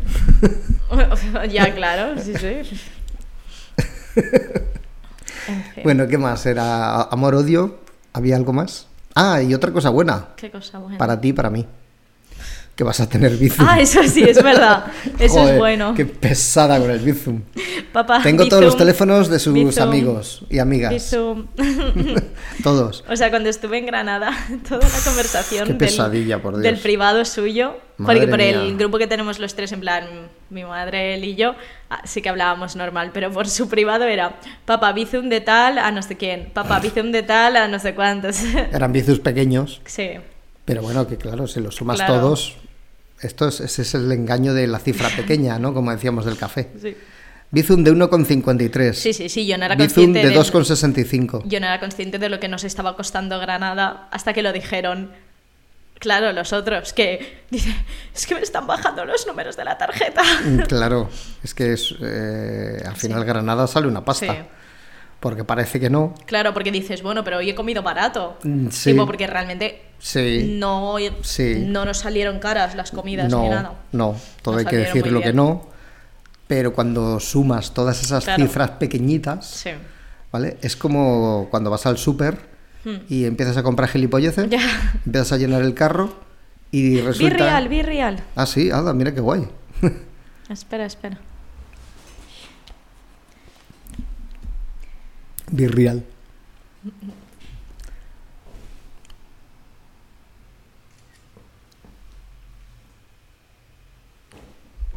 Speaker 2: ya, claro, sí, sí. En fin,
Speaker 1: Bueno, ¿qué más? ¿Era amor-odio? ¿Había algo más? Ah, y otra cosa buena,
Speaker 2: Qué cosa buena.
Speaker 1: para ti y para mí. Que vas a tener Bizum.
Speaker 2: Ah, eso sí, es verdad. Eso
Speaker 1: Joder,
Speaker 2: es bueno.
Speaker 1: Qué pesada con el Bizum.
Speaker 2: Papá,
Speaker 1: Tengo todos los
Speaker 2: Bizum,
Speaker 1: teléfonos de sus
Speaker 2: Bizum,
Speaker 1: amigos y amigas.
Speaker 2: Bizum.
Speaker 1: Todos.
Speaker 2: O sea, cuando estuve en Granada, toda la conversación
Speaker 1: Qué
Speaker 2: del-
Speaker 1: pesadilla, por Dios.
Speaker 2: del privado suyo,
Speaker 1: Madre
Speaker 2: porque por
Speaker 1: mía.
Speaker 2: el grupo que tenemos los tres, en plan, mi madre, él y yo, ah, sí que hablábamos normal, pero por su privado era papá Bizum de tal a no sé quién, papá Bizum de tal a no sé cuántos.
Speaker 1: Eran Bizums pequeños,
Speaker 2: sí,
Speaker 1: pero bueno, que claro, si los sumas
Speaker 2: Claro.
Speaker 1: todos, esto es, ese es el engaño de la cifra pequeña, ¿no? Como decíamos del café.
Speaker 2: sí.
Speaker 1: Bizum de 1,53.
Speaker 2: Sí, sí, sí, yo no era
Speaker 1: Bizum
Speaker 2: consciente
Speaker 1: de
Speaker 2: del-
Speaker 1: 2,65.
Speaker 2: Yo no era consciente de lo que nos estaba costando Granada hasta que lo dijeron. Claro, los otros, que dice, es que me están bajando los números de la tarjeta.
Speaker 1: Mm, Claro, es que es, eh, al final Granada sale una pasta.
Speaker 2: Sí.
Speaker 1: Porque parece que no.
Speaker 2: Claro, porque dices, bueno, pero hoy he comido barato.
Speaker 1: Mm, sí.
Speaker 2: Tipo, porque realmente
Speaker 1: Sí.
Speaker 2: no,
Speaker 1: Sí.
Speaker 2: no nos salieron caras las comidas
Speaker 1: no,
Speaker 2: ni nada.
Speaker 1: no, todo
Speaker 2: Nos
Speaker 1: hay que
Speaker 2: salieron
Speaker 1: decir
Speaker 2: muy
Speaker 1: lo que
Speaker 2: bien.
Speaker 1: no. Pero cuando sumas todas esas
Speaker 2: Claro.
Speaker 1: cifras pequeñitas,
Speaker 2: Sí.
Speaker 1: ¿Vale? Es como cuando vas al súper
Speaker 2: Hmm.
Speaker 1: y empiezas a comprar gilipolleces,
Speaker 2: Ya.
Speaker 1: empiezas a llenar el carro y Pues resulta...
Speaker 2: Birreal, birreal.
Speaker 1: Ah, sí, anda, mira qué guay.
Speaker 2: Espera, espera.
Speaker 1: Birreal.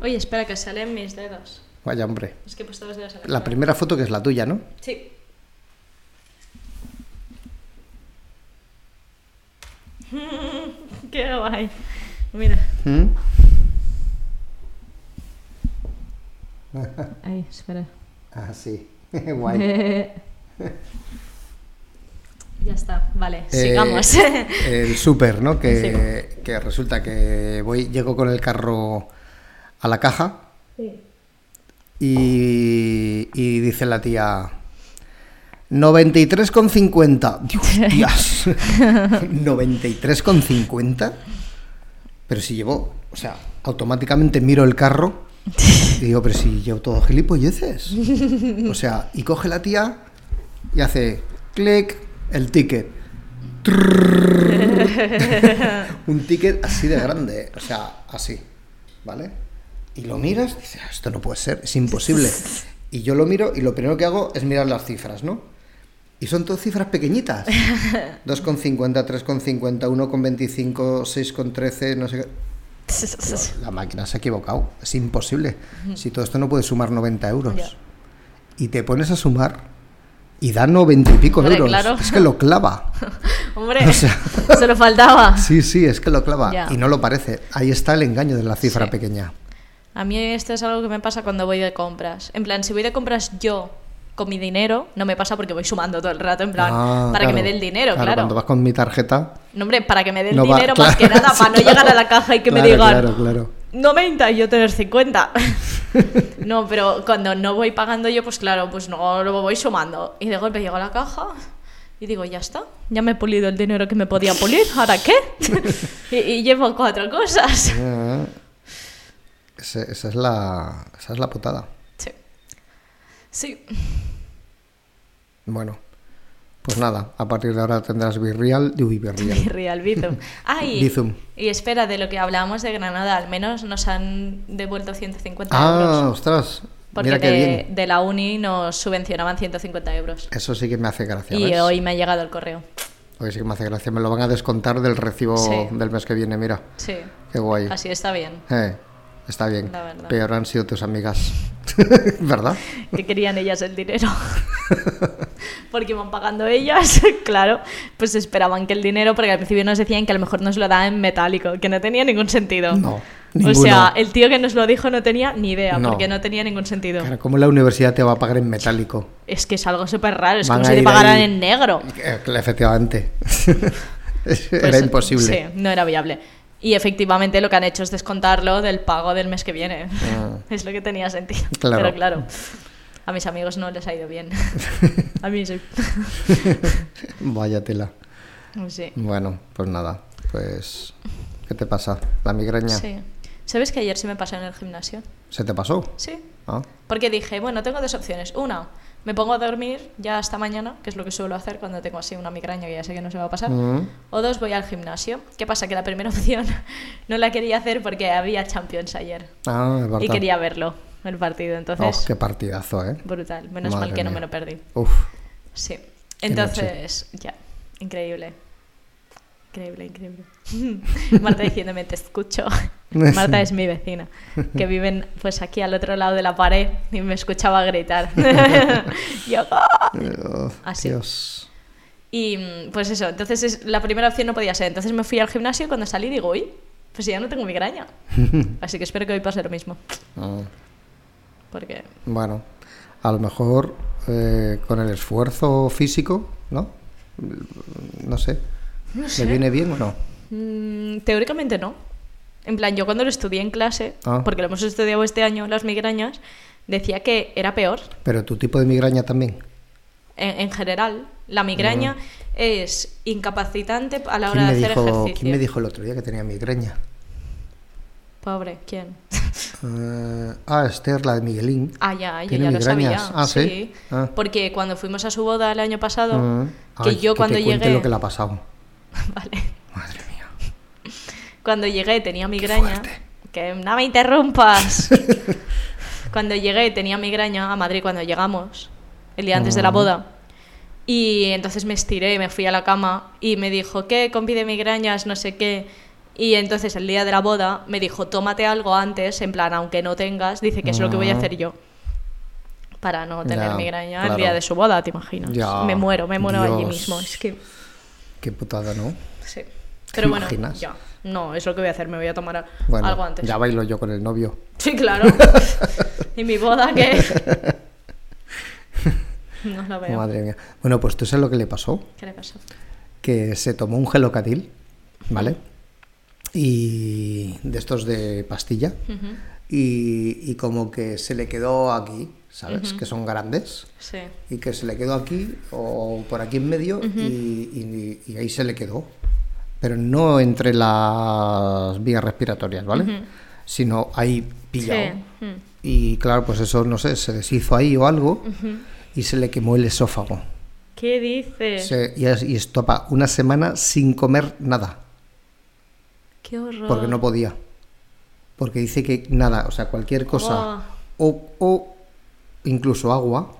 Speaker 2: Oye, espera, que salen mis dedos.
Speaker 1: Vaya, hombre.
Speaker 2: Es que he puesto los dedos en la,
Speaker 1: La
Speaker 2: cara.
Speaker 1: primera foto que es la tuya, ¿no?
Speaker 2: Sí. Qué guay. Mira.
Speaker 1: ¿Mm?
Speaker 2: Ay, espera.
Speaker 1: Ah, sí. guay.
Speaker 2: ya está, vale,
Speaker 1: Eh,
Speaker 2: sigamos.
Speaker 1: el súper, ¿no? Que, que resulta que voy, llego con el carro a la caja y, y dice la tía 93,50. Dios, tías. 93,50. Pero si llevo, o sea, automáticamente miro el carro y digo, pero si llevo todo gilipolleces. O sea, y coge la tía y hace clic el ticket. Trrrr. Un ticket así de grande, ¿eh? o sea, así, ¿vale? Y lo miras y dices, "Ah, esto no puede ser, es imposible. Y yo lo miro y lo primero que hago es mirar las cifras, ¿no? Y son todas cifras pequeñitas. 2,50, 3,50, 1,25, 6,13, no sé qué. Pero La máquina se ha equivocado. Es imposible. Si todo esto no puede sumar 90 euros.
Speaker 2: Ya.
Speaker 1: Y te pones a sumar y da 90 y pico
Speaker 2: Hombre,
Speaker 1: euros.
Speaker 2: claro.
Speaker 1: Es que lo clava.
Speaker 2: Hombre,
Speaker 1: O sea-
Speaker 2: se lo faltaba.
Speaker 1: Sí, sí, es que lo clava.
Speaker 2: Ya.
Speaker 1: Y no lo parece. Ahí está el engaño de la cifra
Speaker 2: Sí.
Speaker 1: pequeña.
Speaker 2: A mí esto es algo que me pasa cuando voy de compras. En plan, si voy de compras yo con mi dinero, no me pasa porque voy sumando todo el rato, en plan,
Speaker 1: Ah,
Speaker 2: para que
Speaker 1: claro.
Speaker 2: me dé el dinero, claro.
Speaker 1: Cuando vas con mi tarjeta.
Speaker 2: No, hombre, para que me dé el
Speaker 1: no va-
Speaker 2: dinero más que
Speaker 1: claro,
Speaker 2: nada,
Speaker 1: sí,
Speaker 2: para no
Speaker 1: claro.
Speaker 2: llegar a la caja y que me
Speaker 1: Claro,
Speaker 2: digan
Speaker 1: Claro, claro.
Speaker 2: 90 y yo tener 50. no, pero cuando no voy pagando yo, pues claro, pues no lo voy sumando. Y de golpe llego a la caja y digo, ya está, ya me he pulido el dinero que me podía pulir, ¿ahora qué? y, y llevo cuatro cosas.
Speaker 1: Ah, ese- esa, es la, esa es la putada.
Speaker 2: Sí. Sí.
Speaker 1: Bueno, pues nada. A partir de ahora tendrás Virreal. Uy, Virreal.
Speaker 2: Real Bizum. Ah, y,
Speaker 1: Bizum.
Speaker 2: y espera, de lo que hablábamos de Granada, al menos nos han devuelto 150
Speaker 1: Ah,
Speaker 2: euros.
Speaker 1: ostras.
Speaker 2: Porque
Speaker 1: Mira qué
Speaker 2: de,
Speaker 1: bien.
Speaker 2: de la uni nos subvencionaban 150 euros.
Speaker 1: Eso sí que me hace gracia.
Speaker 2: Y
Speaker 1: ¿ves?
Speaker 2: hoy me ha llegado el correo.
Speaker 1: Hoy sí que me hace gracia. Me lo van a descontar del recibo
Speaker 2: Sí.
Speaker 1: del mes que viene. Mira,
Speaker 2: Sí.
Speaker 1: qué guay.
Speaker 2: Así está bien.
Speaker 1: Eh, está bien.
Speaker 2: La verdad.
Speaker 1: Peor han sido tus amigas. ¿Verdad?
Speaker 2: Que querían ellas el dinero. porque van pagando ellas, claro, pues esperaban que el dinero, porque al principio nos decían que a lo mejor nos lo daban en metálico, que no tenía ningún sentido.
Speaker 1: No,
Speaker 2: O
Speaker 1: ninguno.
Speaker 2: sea, el tío que nos lo dijo no tenía ni idea,
Speaker 1: No.
Speaker 2: porque no tenía ningún sentido.
Speaker 1: Claro, ¿cómo la universidad te va a pagar en metálico?
Speaker 2: Es que es algo súper raro, es
Speaker 1: Van
Speaker 2: como
Speaker 1: a
Speaker 2: si te
Speaker 1: ir
Speaker 2: pagaran
Speaker 1: ahí-
Speaker 2: en negro.
Speaker 1: Eh, Efectivamente. Era
Speaker 2: Pues,
Speaker 1: imposible.
Speaker 2: Sí, no era viable. Y efectivamente lo que han hecho es descontarlo del pago del mes que viene.
Speaker 1: Ah.
Speaker 2: Es lo que tenía sentido.
Speaker 1: Claro.
Speaker 2: Pero claro, a mis amigos no les ha ido bien. a mí sí.
Speaker 1: Vaya tela.
Speaker 2: sí.
Speaker 1: Bueno, pues nada. Pues. ¿Qué te pasa? ¿La migraña?
Speaker 2: Sí. ¿Sabes que ayer sí me pasó en el gimnasio?
Speaker 1: ¿Se te pasó?
Speaker 2: Sí.
Speaker 1: Ah,
Speaker 2: Porque dije, bueno, tengo dos opciones. Una, me pongo a dormir ya hasta mañana, que es lo que suelo hacer cuando tengo así una migraña que ya sé que no se va a pasar.
Speaker 1: Mm.
Speaker 2: O dos, voy al gimnasio. ¿Qué pasa? Que la primera opción no la quería hacer porque había Champions ayer.
Speaker 1: Ah, es verdad.
Speaker 2: Y quería verlo, el partido. Entonces,
Speaker 1: Oh, qué partidazo, ¿eh?
Speaker 2: brutal. Menos
Speaker 1: Madre
Speaker 2: mal que no
Speaker 1: mía.
Speaker 2: me lo perdí.
Speaker 1: Uf.
Speaker 2: Sí.
Speaker 1: Qué
Speaker 2: Entonces, ya. Increíble. Increíble, increíble. Marta diciéndome, te escucho. Marta es mi vecina, que viven pues aquí al otro lado de la pared y me escuchaba gritar. Yo, "Ah".
Speaker 1: Eh,
Speaker 2: Así.
Speaker 1: Dios.
Speaker 2: y mm, pues eso, entonces es- la primera opción no podía ser. Entonces me fui al gimnasio y cuando salí digo, uy, pues ya no tengo migraña. Así que espero que hoy pase lo mismo.
Speaker 1: Ah,
Speaker 2: Porque
Speaker 1: Bueno, a lo mejor eh, con el esfuerzo físico, ¿no? No sé.
Speaker 2: no
Speaker 1: ¿Le
Speaker 2: sé.
Speaker 1: viene bien o no?
Speaker 2: Mm, teóricamente no. En plan, yo cuando lo estudié en clase,
Speaker 1: Ah.
Speaker 2: porque lo hemos estudiado este año, las migrañas, decía que era peor.
Speaker 1: Pero tu tipo de migraña también.
Speaker 2: En, en general, la migraña es incapacitante a la
Speaker 1: ¿Quién
Speaker 2: hora
Speaker 1: me,
Speaker 2: de hacer
Speaker 1: dijo,
Speaker 2: ejercicio.
Speaker 1: quién me dijo el otro día que tenía migraña?
Speaker 2: Pobre, ¿quién?
Speaker 1: Eh, ah, Esther, la de Miguelín.
Speaker 2: Ah, ya, yo
Speaker 1: ¿Tiene
Speaker 2: ya lo sabía.
Speaker 1: migrañas? Ah, ¿sí? Ah.
Speaker 2: Porque cuando fuimos a su boda el año pasado,
Speaker 1: Mm.
Speaker 2: que
Speaker 1: Ay,
Speaker 2: yo cuando
Speaker 1: te cuente
Speaker 2: llegué.
Speaker 1: lo que le ha pasado.
Speaker 2: Vale.
Speaker 1: Madre mía.
Speaker 2: Cuando llegué tenía migraña.
Speaker 1: fuerte.
Speaker 2: Que no me interrumpas. cuando llegué tenía migraña a Madrid cuando llegamos, el día antes de la
Speaker 1: Ujú.
Speaker 2: boda. Y entonces me estiré, me fui a la cama y me dijo, ¿qué? Compi de migrañas, no sé qué. Y entonces el día de la boda me dijo, tómate algo antes, en plan, aunque no tengas, dice que es lo que voy a
Speaker 1: Ujú.
Speaker 2: hacer yo. Para no tener
Speaker 1: Mm. Ya,
Speaker 2: migraña el
Speaker 1: claro.
Speaker 2: día de su boda, ¿te imaginas?
Speaker 1: Ya,
Speaker 2: me muero, me muero allí
Speaker 1: Dios.
Speaker 2: mismo. Es que
Speaker 1: Qué putada, ¿no?
Speaker 2: Sí. Pero bueno,
Speaker 1: imaginas?
Speaker 2: ya. No, es lo que voy a hacer, me voy a tomar a-
Speaker 1: Bueno,
Speaker 2: algo antes.
Speaker 1: ya bailo yo con el novio.
Speaker 2: Sí, claro. y mi boda que No la veo.
Speaker 1: Madre mía. Bueno, pues tú sabes lo que le pasó.
Speaker 2: ¿Qué le pasó?
Speaker 1: que se tomó un gelocatil, ¿vale? Y de estos de pastilla.
Speaker 2: Ujú,
Speaker 1: Y, y como que se le quedó aquí, ¿sabes? Que son grandes.
Speaker 2: Sí.
Speaker 1: Y que se le quedó aquí o por aquí en medio y, y- y ahí se le quedó. Pero no entre las vías respiratorias, ¿vale? Sino ahí pillado.
Speaker 2: Sí. mm,
Speaker 1: Y claro, pues eso, no sé, se deshizo ahí o algo
Speaker 2: ujú.
Speaker 1: y se le quemó el esófago.
Speaker 2: ¿Qué dices?
Speaker 1: Se- y, es- y estopa una semana sin comer nada.
Speaker 2: Qué horror.
Speaker 1: Porque no podía. Porque dice que nada, o sea, cualquier cosa. O, o incluso agua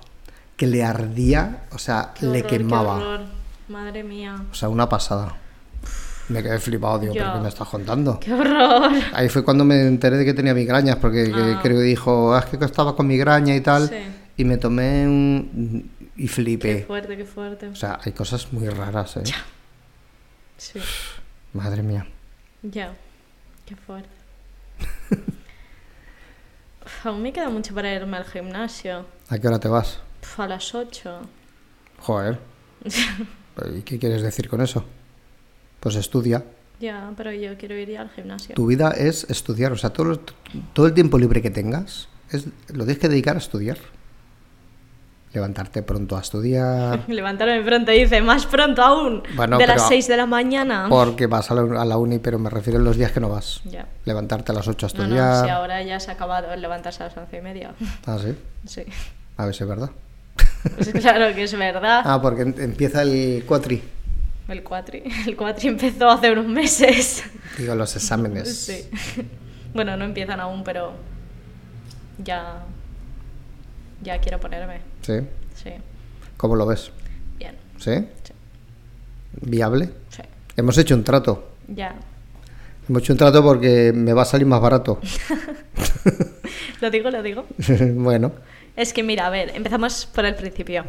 Speaker 1: que le ardía, o sea, le
Speaker 2: Qué horror, qué
Speaker 1: quemaba.
Speaker 2: horror. Madre mía.
Speaker 1: O sea, una pasada. Me quedé flipado, digo,
Speaker 2: Ya.
Speaker 1: ¿pero qué me estás contando?
Speaker 2: Qué horror.
Speaker 1: Ahí fue cuando me enteré de que tenía migrañas, porque que-
Speaker 2: Ah.
Speaker 1: creo que dijo, "Ah, es que estaba con migraña y tal.
Speaker 2: Sí.
Speaker 1: Y me tomé un. y
Speaker 2: Qué
Speaker 1: flipé.
Speaker 2: fuerte, qué fuerte.
Speaker 1: O sea, hay cosas muy raras, ¿eh?
Speaker 2: Sí.
Speaker 1: Madre mía.
Speaker 2: Ya. Qué fuerte. Uf, Aún me queda mucho para irme al gimnasio.
Speaker 1: ¿A qué hora te vas?
Speaker 2: Uf, a las 8.
Speaker 1: Joder. pues, ¿Y qué quieres decir con eso? Pues estudia.
Speaker 2: Ya, pero yo quiero ir ya al gimnasio.
Speaker 1: Tu vida es estudiar. O sea, todo, lo- todo el tiempo libre que tengas, es, lo tienes que dedicar a estudiar. Levantarte pronto a estudiar.
Speaker 2: Levantarme pronto, dice, más pronto aún.
Speaker 1: ah. Bueno,
Speaker 2: de
Speaker 1: pero-
Speaker 2: las 6 de la mañana.
Speaker 1: Porque vas a la, a la uni, pero me refiero a los días que no vas.
Speaker 2: Ya.
Speaker 1: Levantarte a las 8 a
Speaker 2: No, no, si
Speaker 1: estudiar.
Speaker 2: ahora ya se ha acabado el levantarse a las 11 y media.
Speaker 1: Ah, sí.
Speaker 2: Sí.
Speaker 1: A ver si es verdad.
Speaker 2: Pues claro que es verdad.
Speaker 1: Ah, porque em- empieza el cuatri.
Speaker 2: El cuatri. El cuatri empezó hace unos meses.
Speaker 1: Digo, los exámenes.
Speaker 2: Sí. Bueno, no empiezan aún, pero ya. Ya quiero ponerme.
Speaker 1: ¿Sí?
Speaker 2: Sí.
Speaker 1: ¿Cómo lo ves?
Speaker 2: Bien.
Speaker 1: ¿Sí?
Speaker 2: Sí.
Speaker 1: ¿Viable?
Speaker 2: Sí.
Speaker 1: Hemos hecho un trato.
Speaker 2: Ya.
Speaker 1: Hemos hecho un trato porque me va a salir más barato.
Speaker 2: Lo digo, lo digo.
Speaker 1: bueno,
Speaker 2: Es que mira, a ver, empezamos por el principio.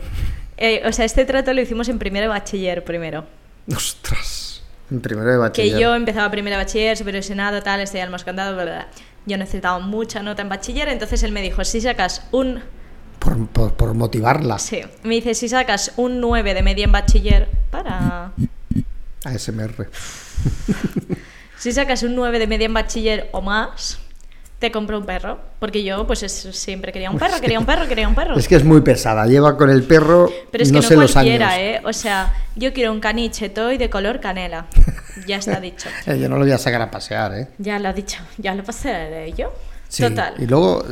Speaker 2: Eh, o sea, este trato lo hicimos en primero de bachiller primero.
Speaker 1: Ostras. En primero de
Speaker 2: Que
Speaker 1: bachiller.
Speaker 2: yo empezaba primero de bachiller, superior senado, tal, estoy al moscandado, bla, bla, bla. Yo necesitaba mucha nota en bachiller, entonces él me dijo, si sacas un...
Speaker 1: Por, por- por motivarla.
Speaker 2: Sí, me dice, si sacas un 9 de media en bachiller, para...
Speaker 1: ASMR.
Speaker 2: Si sacas un 9 de media en bachiller o más, te compro un perro. Porque yo, pues, es- siempre quería un perro, quería un perro, quería un perro.
Speaker 1: Es que es muy pesada. Lleva con el perro.
Speaker 2: Pero es que
Speaker 1: no
Speaker 2: no,
Speaker 1: sé los años.
Speaker 2: cualquiera, ¿eh? O sea, yo quiero un caniche toy de color canela. Ya está dicho.
Speaker 1: Eh, Yo no lo voy a sacar a pasear, ¿eh?
Speaker 2: Ya lo ha dicho, ya lo pasaré yo.
Speaker 1: Sí,
Speaker 2: Total.
Speaker 1: Y luego,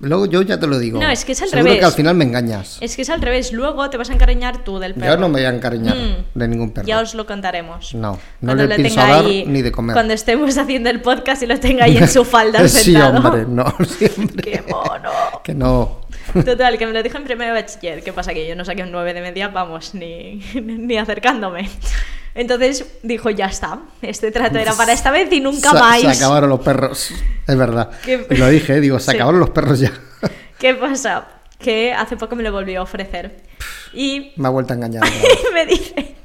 Speaker 1: luego yo ya te lo digo.
Speaker 2: No, es que es al
Speaker 1: Seguro
Speaker 2: revés.
Speaker 1: que al final me engañas.
Speaker 2: Es que es al revés, luego te vas a encariñar tú del perro.
Speaker 1: Yo no me voy a encariñar
Speaker 2: Mm.
Speaker 1: de ningún perro.
Speaker 2: Ya os lo contaremos.
Speaker 1: No, no
Speaker 2: Cuando
Speaker 1: le
Speaker 2: lo
Speaker 1: pienso
Speaker 2: tenga
Speaker 1: dar
Speaker 2: ahí-
Speaker 1: ni de comer.
Speaker 2: Cuando estemos haciendo el podcast y lo tenga ahí en su falda
Speaker 1: sí,
Speaker 2: sentado.
Speaker 1: hombre, no, sí, hombre.
Speaker 2: ¡Qué mono!
Speaker 1: Que no.
Speaker 2: Total, que me lo dijo en primero de bachiller. ¿Qué pasa? Que yo no saqué un 9 de media, vamos, ni, ni acercándome. Entonces dijo, ya está, este trato era para esta vez y nunca
Speaker 1: Se-
Speaker 2: más.
Speaker 1: Se, acabaron los perros. Es verdad.
Speaker 2: Qué-
Speaker 1: Lo dije, digo, se
Speaker 2: Sí.
Speaker 1: acabaron los perros ya.
Speaker 2: ¿Qué pasa? Que hace poco me lo volvió a ofrecer. Y
Speaker 1: Me ha vuelto a engañar. otra vez.
Speaker 2: Y me dice,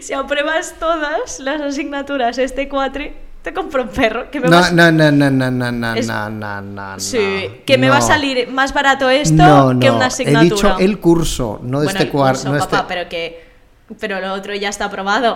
Speaker 2: si apruebas todas las asignaturas este cuatri, te compro un perro. Que me va
Speaker 1: No, no,
Speaker 2: a-
Speaker 1: no, no, no, no, no,
Speaker 2: Es-
Speaker 1: no, no, no,
Speaker 2: Sí, que me va a
Speaker 1: no.
Speaker 2: salir más barato esto
Speaker 1: No, no,
Speaker 2: que una
Speaker 1: He
Speaker 2: asignatura.
Speaker 1: dicho el curso, no
Speaker 2: Bueno,
Speaker 1: este
Speaker 2: el
Speaker 1: cuarto.
Speaker 2: curso,
Speaker 1: No
Speaker 2: papá,
Speaker 1: este...
Speaker 2: pero que... Pero lo otro ya está aprobado.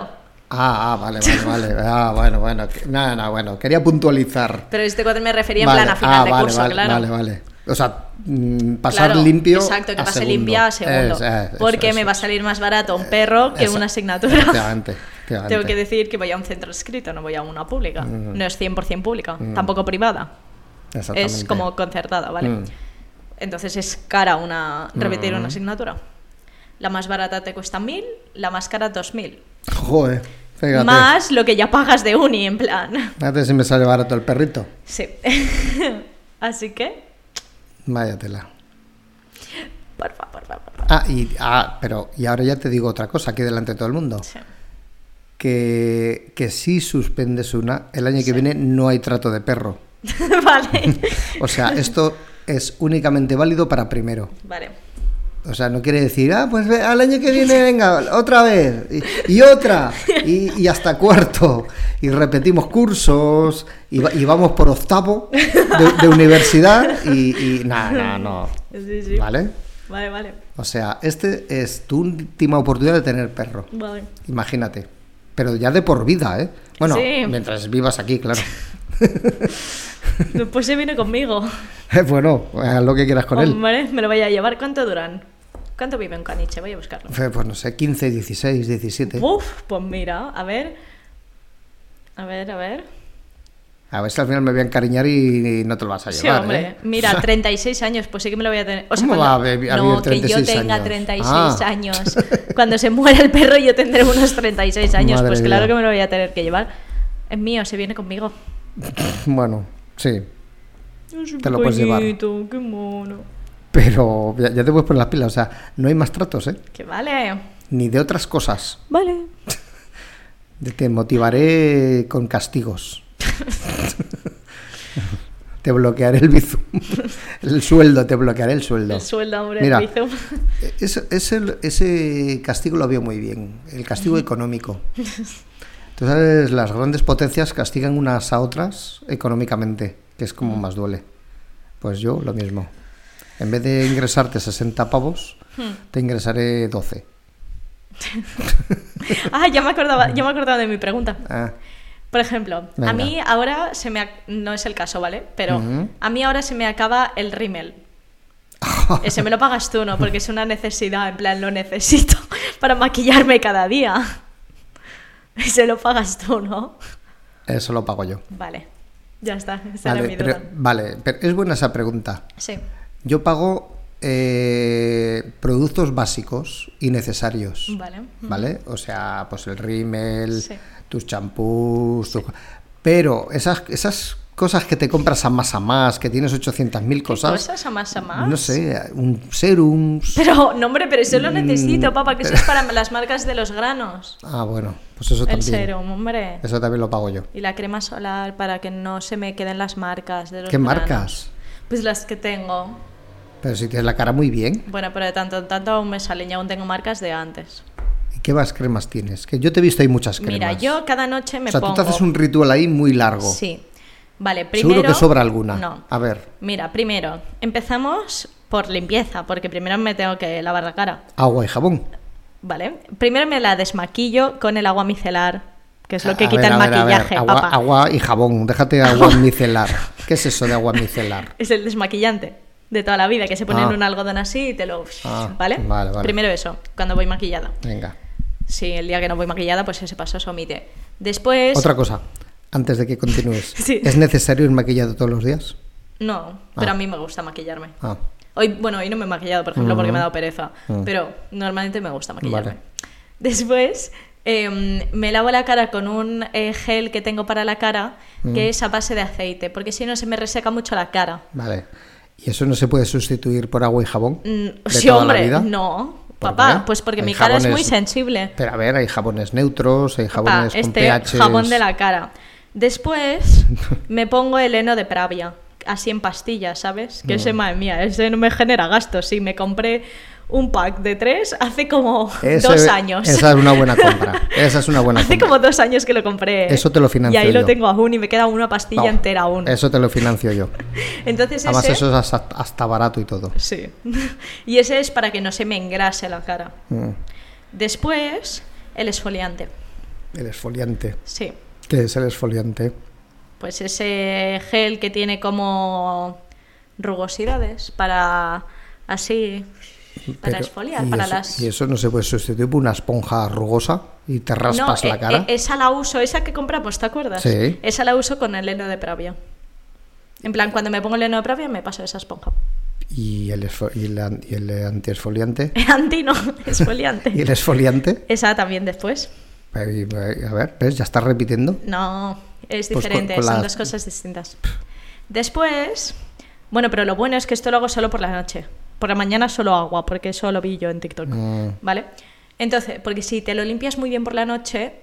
Speaker 1: Ah, ah, vale, vale, vale. Ah, bueno, bueno. que- No, no, bueno. Quería puntualizar.
Speaker 2: Pero este cuatri me refería
Speaker 1: Vale,
Speaker 2: en plan a final
Speaker 1: ah,
Speaker 2: de
Speaker 1: vale,
Speaker 2: curso,
Speaker 1: vale,
Speaker 2: claro.
Speaker 1: Vale, vale. O sea, mm, pasar
Speaker 2: Claro,
Speaker 1: limpio.
Speaker 2: Exacto, que
Speaker 1: a
Speaker 2: pase
Speaker 1: segundo.
Speaker 2: limpia a segundo.
Speaker 1: Es- es- eso,
Speaker 2: porque me
Speaker 1: eso,
Speaker 2: va a salir más barato un perro que
Speaker 1: Eso.
Speaker 2: una asignatura.
Speaker 1: Efectivamente, efectivamente.
Speaker 2: Tengo que decir que voy a un centro escrito, no voy a una pública.
Speaker 1: Mm.
Speaker 2: No es 100% pública,
Speaker 1: Mm.
Speaker 2: tampoco privada.
Speaker 1: Exactamente.
Speaker 2: Es como concertada, ¿vale?
Speaker 1: Mm.
Speaker 2: Entonces es cara una repetir
Speaker 1: Mm.
Speaker 2: una asignatura. La más barata te cuesta 1000, la más cara 2000.
Speaker 1: Joder, fíjate.
Speaker 2: Más lo que ya pagas de uni, en plan.
Speaker 1: Fíjate si me sale barato el perrito.
Speaker 2: Sí. Así que,
Speaker 1: Vaya tela.
Speaker 2: por favor, por favor.
Speaker 1: Ah, y, ah, pero y ahora ya te digo otra cosa aquí delante de todo el mundo.
Speaker 2: Sí.
Speaker 1: Que, que si suspendes una, el año que viene no hay trato de perro.
Speaker 2: vale.
Speaker 1: O sea, esto es únicamente válido para primero.
Speaker 2: vale.
Speaker 1: O sea, no quiere decir, ah, pues ve- al año que viene, venga, otra vez, y, y otra, y, y hasta cuarto, y repetimos cursos, y, va- y vamos por octavo de, de universidad, y, y nada, no, no,
Speaker 2: Sí, sí.
Speaker 1: ¿vale?
Speaker 2: Vale, vale.
Speaker 1: O sea, este es tu última oportunidad de tener perro,
Speaker 2: Vale.
Speaker 1: imagínate, pero ya de por vida, ¿eh? Bueno,
Speaker 2: Sí.
Speaker 1: mientras vivas aquí, claro.
Speaker 2: Después se viene conmigo.
Speaker 1: Eh, bueno, haz lo que quieras con él.
Speaker 2: Hombre, me lo voy a llevar. ¿Cuánto duran? ¿Cuánto vive un caniche? Voy a buscarlo.
Speaker 1: Fue, Pues no sé, 15, 16, 17.
Speaker 2: Uf, pues mira, a ver. A ver, a ver.
Speaker 1: A ver si al final me voy a encariñar y no te lo vas a
Speaker 2: Sí,
Speaker 1: llevar.
Speaker 2: hombre.
Speaker 1: ¿eh?
Speaker 2: Mira, 36 años, pues sí que me lo voy a tener. O sea,
Speaker 1: ¿Cómo
Speaker 2: cuando-
Speaker 1: va a bebi- a
Speaker 2: no,
Speaker 1: vivir 36
Speaker 2: que yo tenga
Speaker 1: años?
Speaker 2: 36
Speaker 1: Ah.
Speaker 2: años. Cuando se muera el perro, yo tendré unos 36 años.
Speaker 1: Madre
Speaker 2: pues claro
Speaker 1: mía.
Speaker 2: que me lo voy a tener que llevar. Es mío, se viene conmigo.
Speaker 1: Bueno, sí.
Speaker 2: Es un
Speaker 1: Te lo puedes llevar.
Speaker 2: pequeñito, Qué mono.
Speaker 1: Pero ya, ya te puedes poner las pilas. O sea, no hay más tratos, ¿eh?
Speaker 2: Que vale.
Speaker 1: Ni de otras cosas.
Speaker 2: Vale.
Speaker 1: De Te motivaré con castigos. te bloquearé el bizum. El sueldo, te bloquearé el sueldo.
Speaker 2: El sueldo, hombre,
Speaker 1: Mira.
Speaker 2: el bizum.
Speaker 1: Ese, ese- ese castigo lo veo muy bien. El castigo económico. Tú sabes, las grandes potencias castigan unas a otras económicamente, que es como más duele. Pues yo lo mismo. En vez de ingresarte 60 pavos,
Speaker 2: Hmm.
Speaker 1: te ingresaré 12.
Speaker 2: Ah, ya me acordaba, ya me acordaba de mi pregunta.
Speaker 1: Ah,
Speaker 2: Por ejemplo,
Speaker 1: Venga.
Speaker 2: a mí ahora se me ac- no es el caso, ¿vale? Pero
Speaker 1: Ujú.
Speaker 2: a mí ahora se me acaba el rímel. Ese me lo pagas tú, ¿no? Porque es una necesidad, en plan, lo necesito para maquillarme cada día. Y se lo pagas tú, ¿no?
Speaker 1: eso lo pago yo.
Speaker 2: Vale, ya está, esa era mi
Speaker 1: Vale
Speaker 2: duda.
Speaker 1: pero, vale, pero es buena esa pregunta.
Speaker 2: Sí,
Speaker 1: Yo pago eh, productos básicos y necesarios.
Speaker 2: vale.
Speaker 1: ¿Vale? O sea, pues el rímel,
Speaker 2: Sí.
Speaker 1: tus champús, tu- pero esas, esas cosas que te compras a más a más, que tienes 800.000 cosas,
Speaker 2: ¿Cosas a más a más?
Speaker 1: no sé, un serum.
Speaker 2: Pero, no, hombre, pero eso lo necesito,
Speaker 1: Mm,
Speaker 2: papá, que eso es para las marcas de los granos.
Speaker 1: Ah, bueno, pues eso
Speaker 2: El
Speaker 1: también.
Speaker 2: serum, hombre.
Speaker 1: Eso también lo pago yo.
Speaker 2: Y la crema solar para que no se me queden las marcas de los
Speaker 1: ¿Qué
Speaker 2: granos.
Speaker 1: marcas?
Speaker 2: Pues las que tengo.
Speaker 1: Pero si tienes la cara muy bien.
Speaker 2: Bueno, pero de tanto en tanto aún me salen y aún tengo marcas de antes.
Speaker 1: ¿Y qué más cremas tienes? Que yo te he visto hay muchas cremas.
Speaker 2: Mira, yo cada noche me
Speaker 1: o sea,
Speaker 2: pongo...
Speaker 1: tú te haces un ritual ahí muy largo.
Speaker 2: Sí. Vale, primero...
Speaker 1: Seguro que sobra alguna. Ah.
Speaker 2: No.
Speaker 1: A ver.
Speaker 2: Mira, primero, empezamos por limpieza, porque primero me tengo que lavar la cara.
Speaker 1: Agua y jabón.
Speaker 2: Vale. Primero me la desmaquillo con el agua micelar, que es lo que
Speaker 1: A
Speaker 2: quita
Speaker 1: ver,
Speaker 2: el
Speaker 1: a ver, a ver,
Speaker 2: maquillaje,
Speaker 1: Agua,
Speaker 2: papá.
Speaker 1: agua y jabón. Déjate agua micelar. ¿Qué es eso de agua micelar?
Speaker 2: Es el desmaquillante de toda la vida, que se ponen
Speaker 1: Ah.
Speaker 2: un algodón así y te lo...
Speaker 1: Ah,
Speaker 2: ¿vale?
Speaker 1: vale, vale.
Speaker 2: Primero eso, cuando voy maquillada.
Speaker 1: Venga.
Speaker 2: Si el día que no voy maquillada, pues ese paso se omite. Después...
Speaker 1: Otra cosa, antes de que continúes.
Speaker 2: Sí.
Speaker 1: ¿Es necesario ir maquillado todos los días?
Speaker 2: No, pero a mí me gusta maquillarme.
Speaker 1: Ah,
Speaker 2: Hoy, bueno, hoy no me he maquillado, por ejemplo, porque me ha dado pereza.
Speaker 1: Mm.
Speaker 2: Pero normalmente me gusta maquillarme.
Speaker 1: Vale.
Speaker 2: Después eh, me lavo la cara con un eh, gel que tengo para la cara,
Speaker 1: Mm.
Speaker 2: que es a base de aceite, porque si no se me reseca mucho la cara.
Speaker 1: vale. ¿Y eso no se puede sustituir por agua y jabón?
Speaker 2: Mm,
Speaker 1: ¿De
Speaker 2: sí,
Speaker 1: toda la
Speaker 2: hombre,
Speaker 1: vida?
Speaker 2: no.
Speaker 1: ¿Por
Speaker 2: Papá,
Speaker 1: qué?
Speaker 2: pues porque
Speaker 1: Hay
Speaker 2: mi cara es muy
Speaker 1: jabones-
Speaker 2: sensible.
Speaker 1: Pero a ver, hay jabones neutros, hay
Speaker 2: Papá,
Speaker 1: jabones con
Speaker 2: este
Speaker 1: pH.
Speaker 2: jabón de la cara. Después me pongo el heno de pravia, así en pastillas, ¿sabes? Que
Speaker 1: Mm.
Speaker 2: ese, madre mía, ese no me genera gastos. Sí, me compré un pack de tres hace como
Speaker 1: Ese-
Speaker 2: dos años.
Speaker 1: Esa es una buena compra. Esa es una buena
Speaker 2: hace
Speaker 1: compra.
Speaker 2: como dos años que lo compré.
Speaker 1: Eso te lo financio
Speaker 2: Y ahí lo
Speaker 1: yo.
Speaker 2: tengo aún y me queda una pastilla
Speaker 1: No,
Speaker 2: entera aún.
Speaker 1: Eso te lo financio yo.
Speaker 2: Entonces
Speaker 1: Además,
Speaker 2: ese...
Speaker 1: eso es hasta, hasta barato y todo.
Speaker 2: Sí. y ese es para que no se me engrase la cara.
Speaker 1: Mm,
Speaker 2: Después, el exfoliante.
Speaker 1: El esfoliante.
Speaker 2: Sí.
Speaker 1: ¿Qué es el esfoliante?
Speaker 2: Pues ese gel que tiene como rugosidades para así para
Speaker 1: Pero-
Speaker 2: esfoliar,
Speaker 1: y
Speaker 2: para
Speaker 1: eso-
Speaker 2: las
Speaker 1: Y eso no se puede sustituir por una esponja rugosa y te raspas
Speaker 2: no,
Speaker 1: la
Speaker 2: e-
Speaker 1: cara.
Speaker 2: e- esa la uso, esa que compramos, ¿te acuerdas?
Speaker 1: Sí.
Speaker 2: Esa la uso con el heno de pravia. En plan, cuando me pongo el heno de pravia me paso esa esponja.
Speaker 1: ¿Y el, esfo- y el an- y el antiesfoliante?
Speaker 2: Antino, esfoliante.
Speaker 1: ¿Y el esfoliante?
Speaker 2: Esa también después.
Speaker 1: Ahí, ahí, A ver, ¿ves? Ya estás repitiendo.
Speaker 2: No, es
Speaker 1: Pues con-
Speaker 2: diferente,
Speaker 1: con
Speaker 2: son
Speaker 1: la-
Speaker 2: dos cosas distintas. Después, bueno, pero lo bueno es que esto lo hago solo por la noche. Por la mañana solo agua, porque eso lo vi yo en TikTok.
Speaker 1: Mm.
Speaker 2: ¿Vale? Entonces, porque si te lo limpias muy bien por la noche,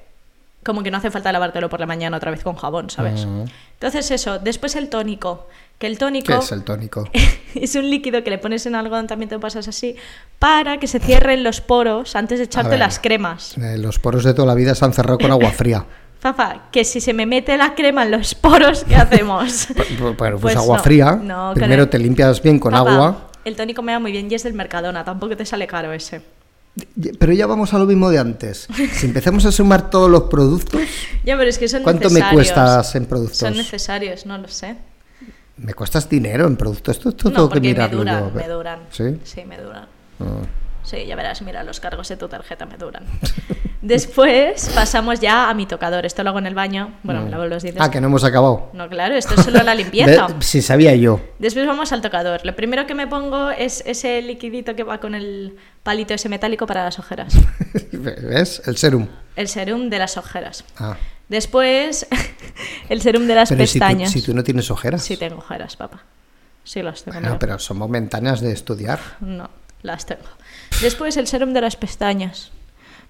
Speaker 2: como que no hace falta lavártelo por la mañana otra vez con jabón, ¿sabes?
Speaker 1: Mm.
Speaker 2: Entonces eso, después el tónico, que el tónico
Speaker 1: ¿Qué es el tónico?
Speaker 2: es un líquido que le pones en algodón, también te lo pasas así, para que se cierren los poros antes de echarte
Speaker 1: ver.
Speaker 2: las cremas.
Speaker 1: Eh, los poros de toda la vida se han cerrado con agua fría.
Speaker 2: Fafa, que si se me mete la crema en los poros, ¿qué hacemos?
Speaker 1: P- p- Bueno, pues,
Speaker 2: Pues
Speaker 1: agua
Speaker 2: no,
Speaker 1: fría.
Speaker 2: no, con
Speaker 1: Primero
Speaker 2: el-
Speaker 1: te limpias bien con
Speaker 2: Papá,
Speaker 1: agua.
Speaker 2: El tónico me da muy bien y es del Mercadona, tampoco te sale caro ese.
Speaker 1: Y- Pero ya vamos a lo mismo de antes. Si empezamos a sumar todos los productos,
Speaker 2: Ya, pero es que son
Speaker 1: ¿cuánto me
Speaker 2: necesarios.
Speaker 1: cuestas en productos?
Speaker 2: Son necesarios, no lo sé.
Speaker 1: ¿Me cuestas dinero en productos? Esto, esto
Speaker 2: No,
Speaker 1: tengo que
Speaker 2: porque me
Speaker 1: mirarlo
Speaker 2: duran,
Speaker 1: yo.
Speaker 2: me duran.
Speaker 1: ¿Sí?
Speaker 2: me duran.
Speaker 1: Mm.
Speaker 2: Sí, ya verás, mira, los cargos de tu tarjeta me duran. Después pasamos ya a mi tocador. Esto lo hago en el baño. Bueno, me lavo los dientes.
Speaker 1: Ah, que no hemos acabado.
Speaker 2: No, claro, esto es solo la limpieza.
Speaker 1: Ve- Sí, sabía yo.
Speaker 2: Después vamos al tocador. Lo primero que me pongo es ese liquidito que va con el palito ese metálico para las ojeras.
Speaker 1: ¿Ves? El serum.
Speaker 2: El serum de las ojeras.
Speaker 1: Ah.
Speaker 2: Después, el serum de las
Speaker 1: Pero si tú,
Speaker 2: pestañas.
Speaker 1: si tú no tienes ojeras.
Speaker 2: Sí tengo ojeras, papá. Sí las tengo.
Speaker 1: Bueno,
Speaker 2: mira.
Speaker 1: pero son momentáneas de estudiar.
Speaker 2: No, las tengo. Después el serum de las pestañas.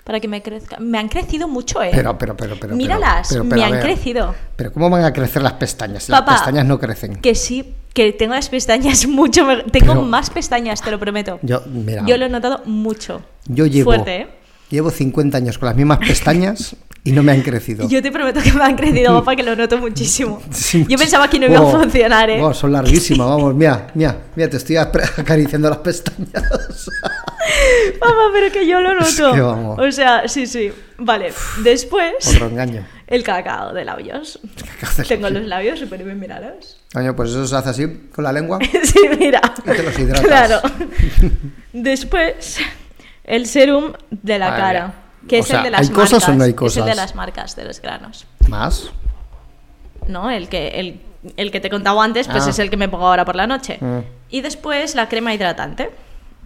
Speaker 2: Para que me crezca. Me han crecido mucho, ¿eh?
Speaker 1: Pero, pero, pero, pero.
Speaker 2: Míralas,
Speaker 1: pero- pero,
Speaker 2: me
Speaker 1: pero, a
Speaker 2: han
Speaker 1: ver,
Speaker 2: crecido.
Speaker 1: Pero ¿cómo van a crecer las pestañas? Si
Speaker 2: Papá,
Speaker 1: las pestañas no crecen.
Speaker 2: Que sí, que tengo las pestañas mucho mejor. Tengo
Speaker 1: Pero-
Speaker 2: más pestañas, te lo prometo.
Speaker 1: Yo, mira,
Speaker 2: Yo lo he notado mucho.
Speaker 1: yo llevo,
Speaker 2: Fuerte, ¿eh?
Speaker 1: llevo 50 años con las mismas pestañas y no me han crecido.
Speaker 2: Yo te prometo que me han crecido, papá, que lo noto muchísimo.
Speaker 1: Sí,
Speaker 2: Yo
Speaker 1: muchis-
Speaker 2: pensaba que no iba
Speaker 1: Oh,
Speaker 2: a funcionar, ¿eh?
Speaker 1: oh, son larguísimas, vamos, mira, mira, mira, te estoy apre- acariciando las pestañas.
Speaker 2: Papá, pero que yo lo
Speaker 1: Es
Speaker 2: noto.
Speaker 1: que vamos.
Speaker 2: O sea, sí, sí. Vale, después,
Speaker 1: Otro engaño.
Speaker 2: el cacao de labios.
Speaker 1: cacao de
Speaker 2: Tengo
Speaker 1: labios.
Speaker 2: los labios súper bien mirados.
Speaker 1: Coño, pues eso se hace así con la lengua.
Speaker 2: Sí, mira.
Speaker 1: Y te los hidratas.
Speaker 2: Claro. Después, el serum de la
Speaker 1: Madre
Speaker 2: cara.
Speaker 1: mía.
Speaker 2: Que
Speaker 1: O
Speaker 2: es
Speaker 1: sea,
Speaker 2: el de las
Speaker 1: ¿hay cosas
Speaker 2: marcas.
Speaker 1: o no hay
Speaker 2: Es el de
Speaker 1: cosas?
Speaker 2: las marcas de los granos.
Speaker 1: Más.
Speaker 2: ¿No? El que, el, el que te contaba antes, pues
Speaker 1: Ah.
Speaker 2: es el que me pongo ahora por la noche.
Speaker 1: Mm.
Speaker 2: Y después la crema hidratante.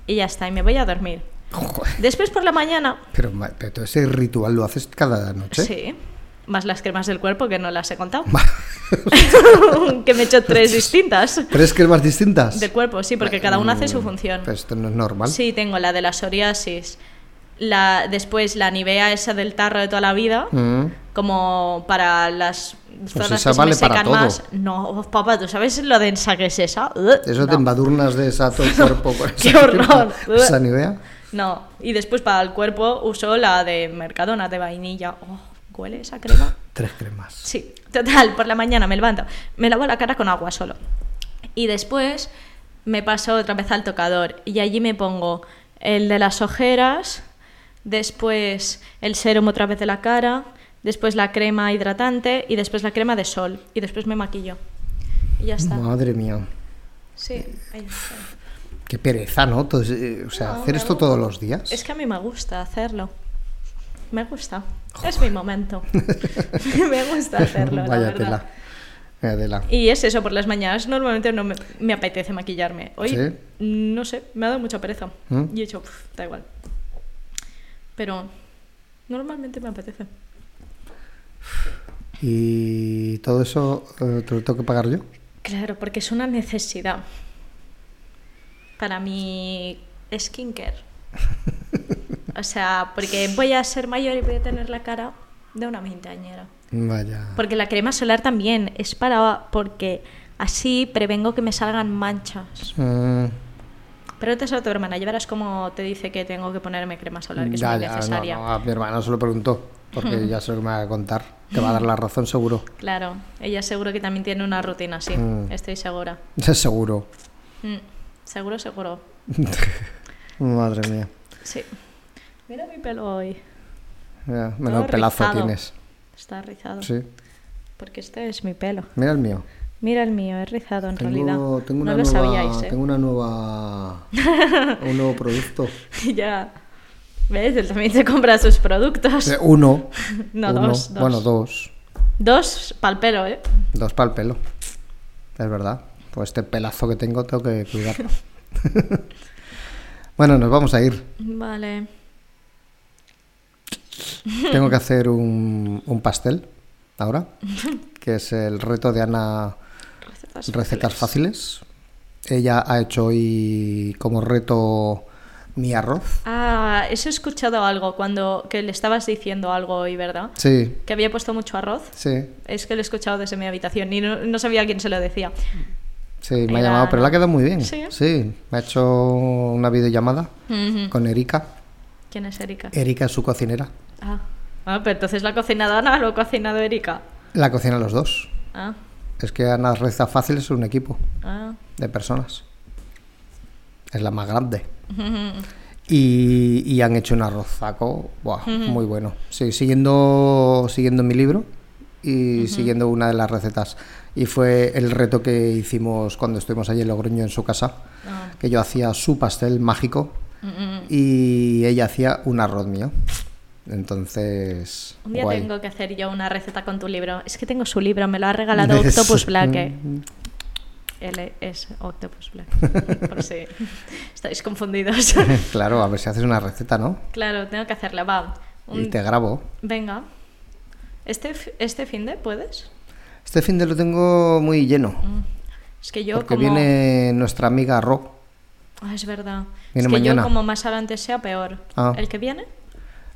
Speaker 2: Y ya está, y me voy a dormir.
Speaker 1: Joder,
Speaker 2: Después por la mañana.
Speaker 1: Pero, ma- pero todo ese ritual lo haces cada noche.
Speaker 2: Sí. Más las cremas del cuerpo que no las he contado.
Speaker 1: Ma- pues
Speaker 2: que me he hecho tres distintas
Speaker 1: ¿Tres cremas distintas?
Speaker 2: del cuerpo, sí, porque cada una hace su
Speaker 1: Mm,
Speaker 2: función.
Speaker 1: Pero esto no es normal.
Speaker 2: Sí, tengo la de la psoriasis, la, después la nivea esa del tarro de toda la vida,
Speaker 1: Mm. Pues
Speaker 2: como para las zonas
Speaker 1: esa
Speaker 2: que se me
Speaker 1: vale para
Speaker 2: secan
Speaker 1: todo.
Speaker 2: más. No, papá, ¿tú sabes lo densa que es esa?
Speaker 1: Eso
Speaker 2: no.
Speaker 1: te embadurnas de esa todo el cuerpo. con
Speaker 2: Qué
Speaker 1: esa
Speaker 2: horror.
Speaker 1: crema. Pues, Esa ni idea.
Speaker 2: No, y después para el cuerpo uso la de Mercadona, de vainilla. Oh, ¿Huele esa crema?
Speaker 1: Tres cremas.
Speaker 2: Sí, total, por la mañana me levanto, me lavo la cara con agua solo. Y después me paso otra vez al tocador y allí me pongo el de las ojeras, después el serum otra vez de la cara, después la crema hidratante y después la crema de sol y después me maquillo. Y ya está.
Speaker 1: Madre mía.
Speaker 2: Sí, ahí está.
Speaker 1: Qué pereza, ¿no? Todo ese- eh, o sea,
Speaker 2: No,
Speaker 1: hacer
Speaker 2: no.
Speaker 1: esto todos los días.
Speaker 2: Es que a mí me gusta hacerlo. Me gusta. Es mi momento. me gusta hacerlo, la
Speaker 1: Vaya
Speaker 2: verdad.
Speaker 1: tela. Vaya tela.
Speaker 2: Y es eso, por las mañanas normalmente no me, me apetece maquillarme. Hoy,
Speaker 1: ¿Sí?
Speaker 2: no sé, me ha dado mucha pereza.
Speaker 1: ¿Mm?
Speaker 2: Y he dicho, "Pf, da igual. Pero normalmente me apetece.
Speaker 1: Y todo eso eh, te lo tengo que pagar yo.
Speaker 2: Claro, porque es una necesidad. Para mi skincare. O sea, porque voy a ser mayor y voy a tener la cara de una veinteañera.
Speaker 1: Vaya.
Speaker 2: Porque la crema solar también es para... Porque así prevengo que me salgan manchas.
Speaker 1: Mm,
Speaker 2: Pregúntaselo a tu hermana, ya verás cómo te dice que tengo que ponerme crema solar, que es
Speaker 1: ya,
Speaker 2: muy
Speaker 1: ya, ah, no,
Speaker 2: necesaria.
Speaker 1: no, a mi hermana se lo preguntó, porque ya sé lo que me va a contar. Te va a dar la razón seguro.
Speaker 2: Claro, ella seguro que también tiene una rutina así,
Speaker 1: Mm.
Speaker 2: estoy segura.
Speaker 1: seguro.
Speaker 2: Mm, Seguro, seguro.
Speaker 1: Madre mía.
Speaker 2: Sí. Mira mi pelo hoy.
Speaker 1: Mira, menos
Speaker 2: Todo
Speaker 1: pelazo
Speaker 2: rizado.
Speaker 1: tienes.
Speaker 2: Está rizado.
Speaker 1: Sí.
Speaker 2: Porque este es mi pelo.
Speaker 1: Mira el mío.
Speaker 2: Mira el mío, es rizado en
Speaker 1: Tengo,
Speaker 2: realidad.
Speaker 1: tengo
Speaker 2: no
Speaker 1: una
Speaker 2: lo
Speaker 1: nueva,
Speaker 2: sabíais, ¿eh?
Speaker 1: tengo una nueva, un nuevo producto.
Speaker 2: ya. ¿Ves? Él también se compra sus productos.
Speaker 1: Eh, Uno,
Speaker 2: No,
Speaker 1: uno,
Speaker 2: dos, dos.
Speaker 1: bueno dos,
Speaker 2: Dos pa'l pelo, ¿eh?
Speaker 1: dos para el pelo. Es verdad. Pues este pelazo que tengo tengo que cuidarlo. bueno, nos vamos a ir.
Speaker 2: Vale.
Speaker 1: Tengo que hacer un, un pastel ahora, que es el reto de Ana
Speaker 2: Recetas.
Speaker 1: Recetas Fáciles. Ella ha hecho hoy como reto mi arroz.
Speaker 2: Ah, eso he escuchado algo cuando que le estabas diciendo algo hoy, ¿verdad?
Speaker 1: Sí,
Speaker 2: Que había puesto mucho arroz.
Speaker 1: sí,
Speaker 2: Es que lo he escuchado desde mi habitación y no, no sabía quién se lo decía.
Speaker 1: sí, me ha
Speaker 2: Era-
Speaker 1: llamado, pero le ha quedado muy bien.
Speaker 2: Sí.
Speaker 1: me ha hecho una videollamada
Speaker 2: Ujú.
Speaker 1: con Eh. Erika.
Speaker 2: ¿Quién es Erika?
Speaker 1: Erika es su cocinera.
Speaker 2: Ah. Ah, pero entonces la ha cocinado Ana, lo ha cocinado Erika.
Speaker 1: La cocinan los dos.
Speaker 2: Ah,
Speaker 1: Es que Ana Recetas Fáciles es un equipo
Speaker 2: ah.
Speaker 1: de personas. Es la más grande.
Speaker 2: Ujú.
Speaker 1: y, y han hecho un arrozaco buah, muy bueno. Sí, siguiendo, siguiendo mi libro y siguiendo una de las recetas. Y fue el reto que hicimos cuando estuvimos allí en Logroño en su casa,
Speaker 2: Ah.
Speaker 1: que yo hacía su pastel mágico
Speaker 2: Mm, mm.
Speaker 1: y ella hacía un arroz mío. Entonces,
Speaker 2: Un día
Speaker 1: guay.
Speaker 2: tengo que hacer yo una receta con tu libro. Es que tengo su libro, me lo ha regalado Octopus Black. eh. Él es Octopus Black. Por si estáis confundidos.
Speaker 1: claro, a ver si haces una receta, ¿no?
Speaker 2: claro, tengo que hacerla, va.
Speaker 1: Y
Speaker 2: Un-
Speaker 1: te grabo.
Speaker 2: Venga. ¿Este, fi- este fin de puedes? Mm.
Speaker 1: Este fin de lo tengo muy lleno,
Speaker 2: Es que yo
Speaker 1: porque
Speaker 2: como...
Speaker 1: viene nuestra amiga Ro.
Speaker 2: Ah, es verdad.
Speaker 1: Viene
Speaker 2: es que
Speaker 1: mañana.
Speaker 2: yo como más adelante sea peor.
Speaker 1: Ah.
Speaker 2: ¿El que viene?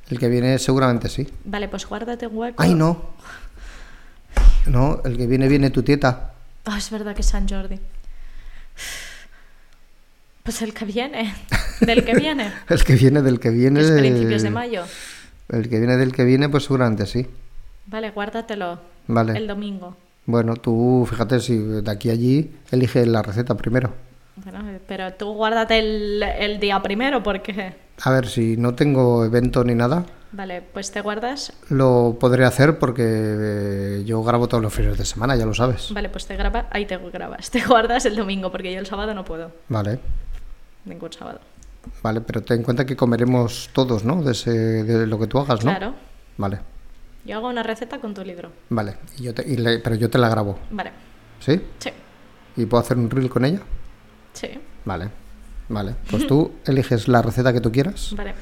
Speaker 1: El que viene seguramente sí.
Speaker 2: Vale, pues guárdate un hueco.
Speaker 1: Ay, no. No, el que viene, viene tu tieta.
Speaker 2: Ah, es verdad que es San Jordi. Pues el que viene. Del que viene.
Speaker 1: El que viene del que
Speaker 2: que
Speaker 1: viene.
Speaker 2: es principios de mayo.
Speaker 1: El que viene del que viene, pues seguramente sí.
Speaker 2: Vale, guárdatelo.
Speaker 1: Vale.
Speaker 2: El domingo.
Speaker 1: Bueno, tú fíjate si de aquí a allí elige la receta primero.
Speaker 2: Bueno, eh, pero tú guárdate el, el día primero porque...
Speaker 1: A ver, si no tengo evento ni nada,
Speaker 2: Vale, pues te guardas...
Speaker 1: lo podré hacer porque eh, yo grabo todos los fines de semana, ya lo sabes.
Speaker 2: Vale, pues te grabas... Ahí te grabas. Te guardas el domingo porque yo el sábado no puedo.
Speaker 1: Vale,
Speaker 2: Ningún sábado.
Speaker 1: vale, pero ten en cuenta que comeremos todos, ¿no? De, ese- de lo que tú hagas, Pues ¿no?
Speaker 2: Claro.
Speaker 1: Vale,
Speaker 2: Yo hago una receta con tu libro.
Speaker 1: vale. Y yo te- y le- pero yo te la grabo,
Speaker 2: Vale.
Speaker 1: ¿sí?
Speaker 2: Sí.
Speaker 1: ¿Y puedo hacer un reel con ella?
Speaker 2: Sí.
Speaker 1: Vale, vale. Pues tú eliges la receta que tú quieras
Speaker 2: Vale.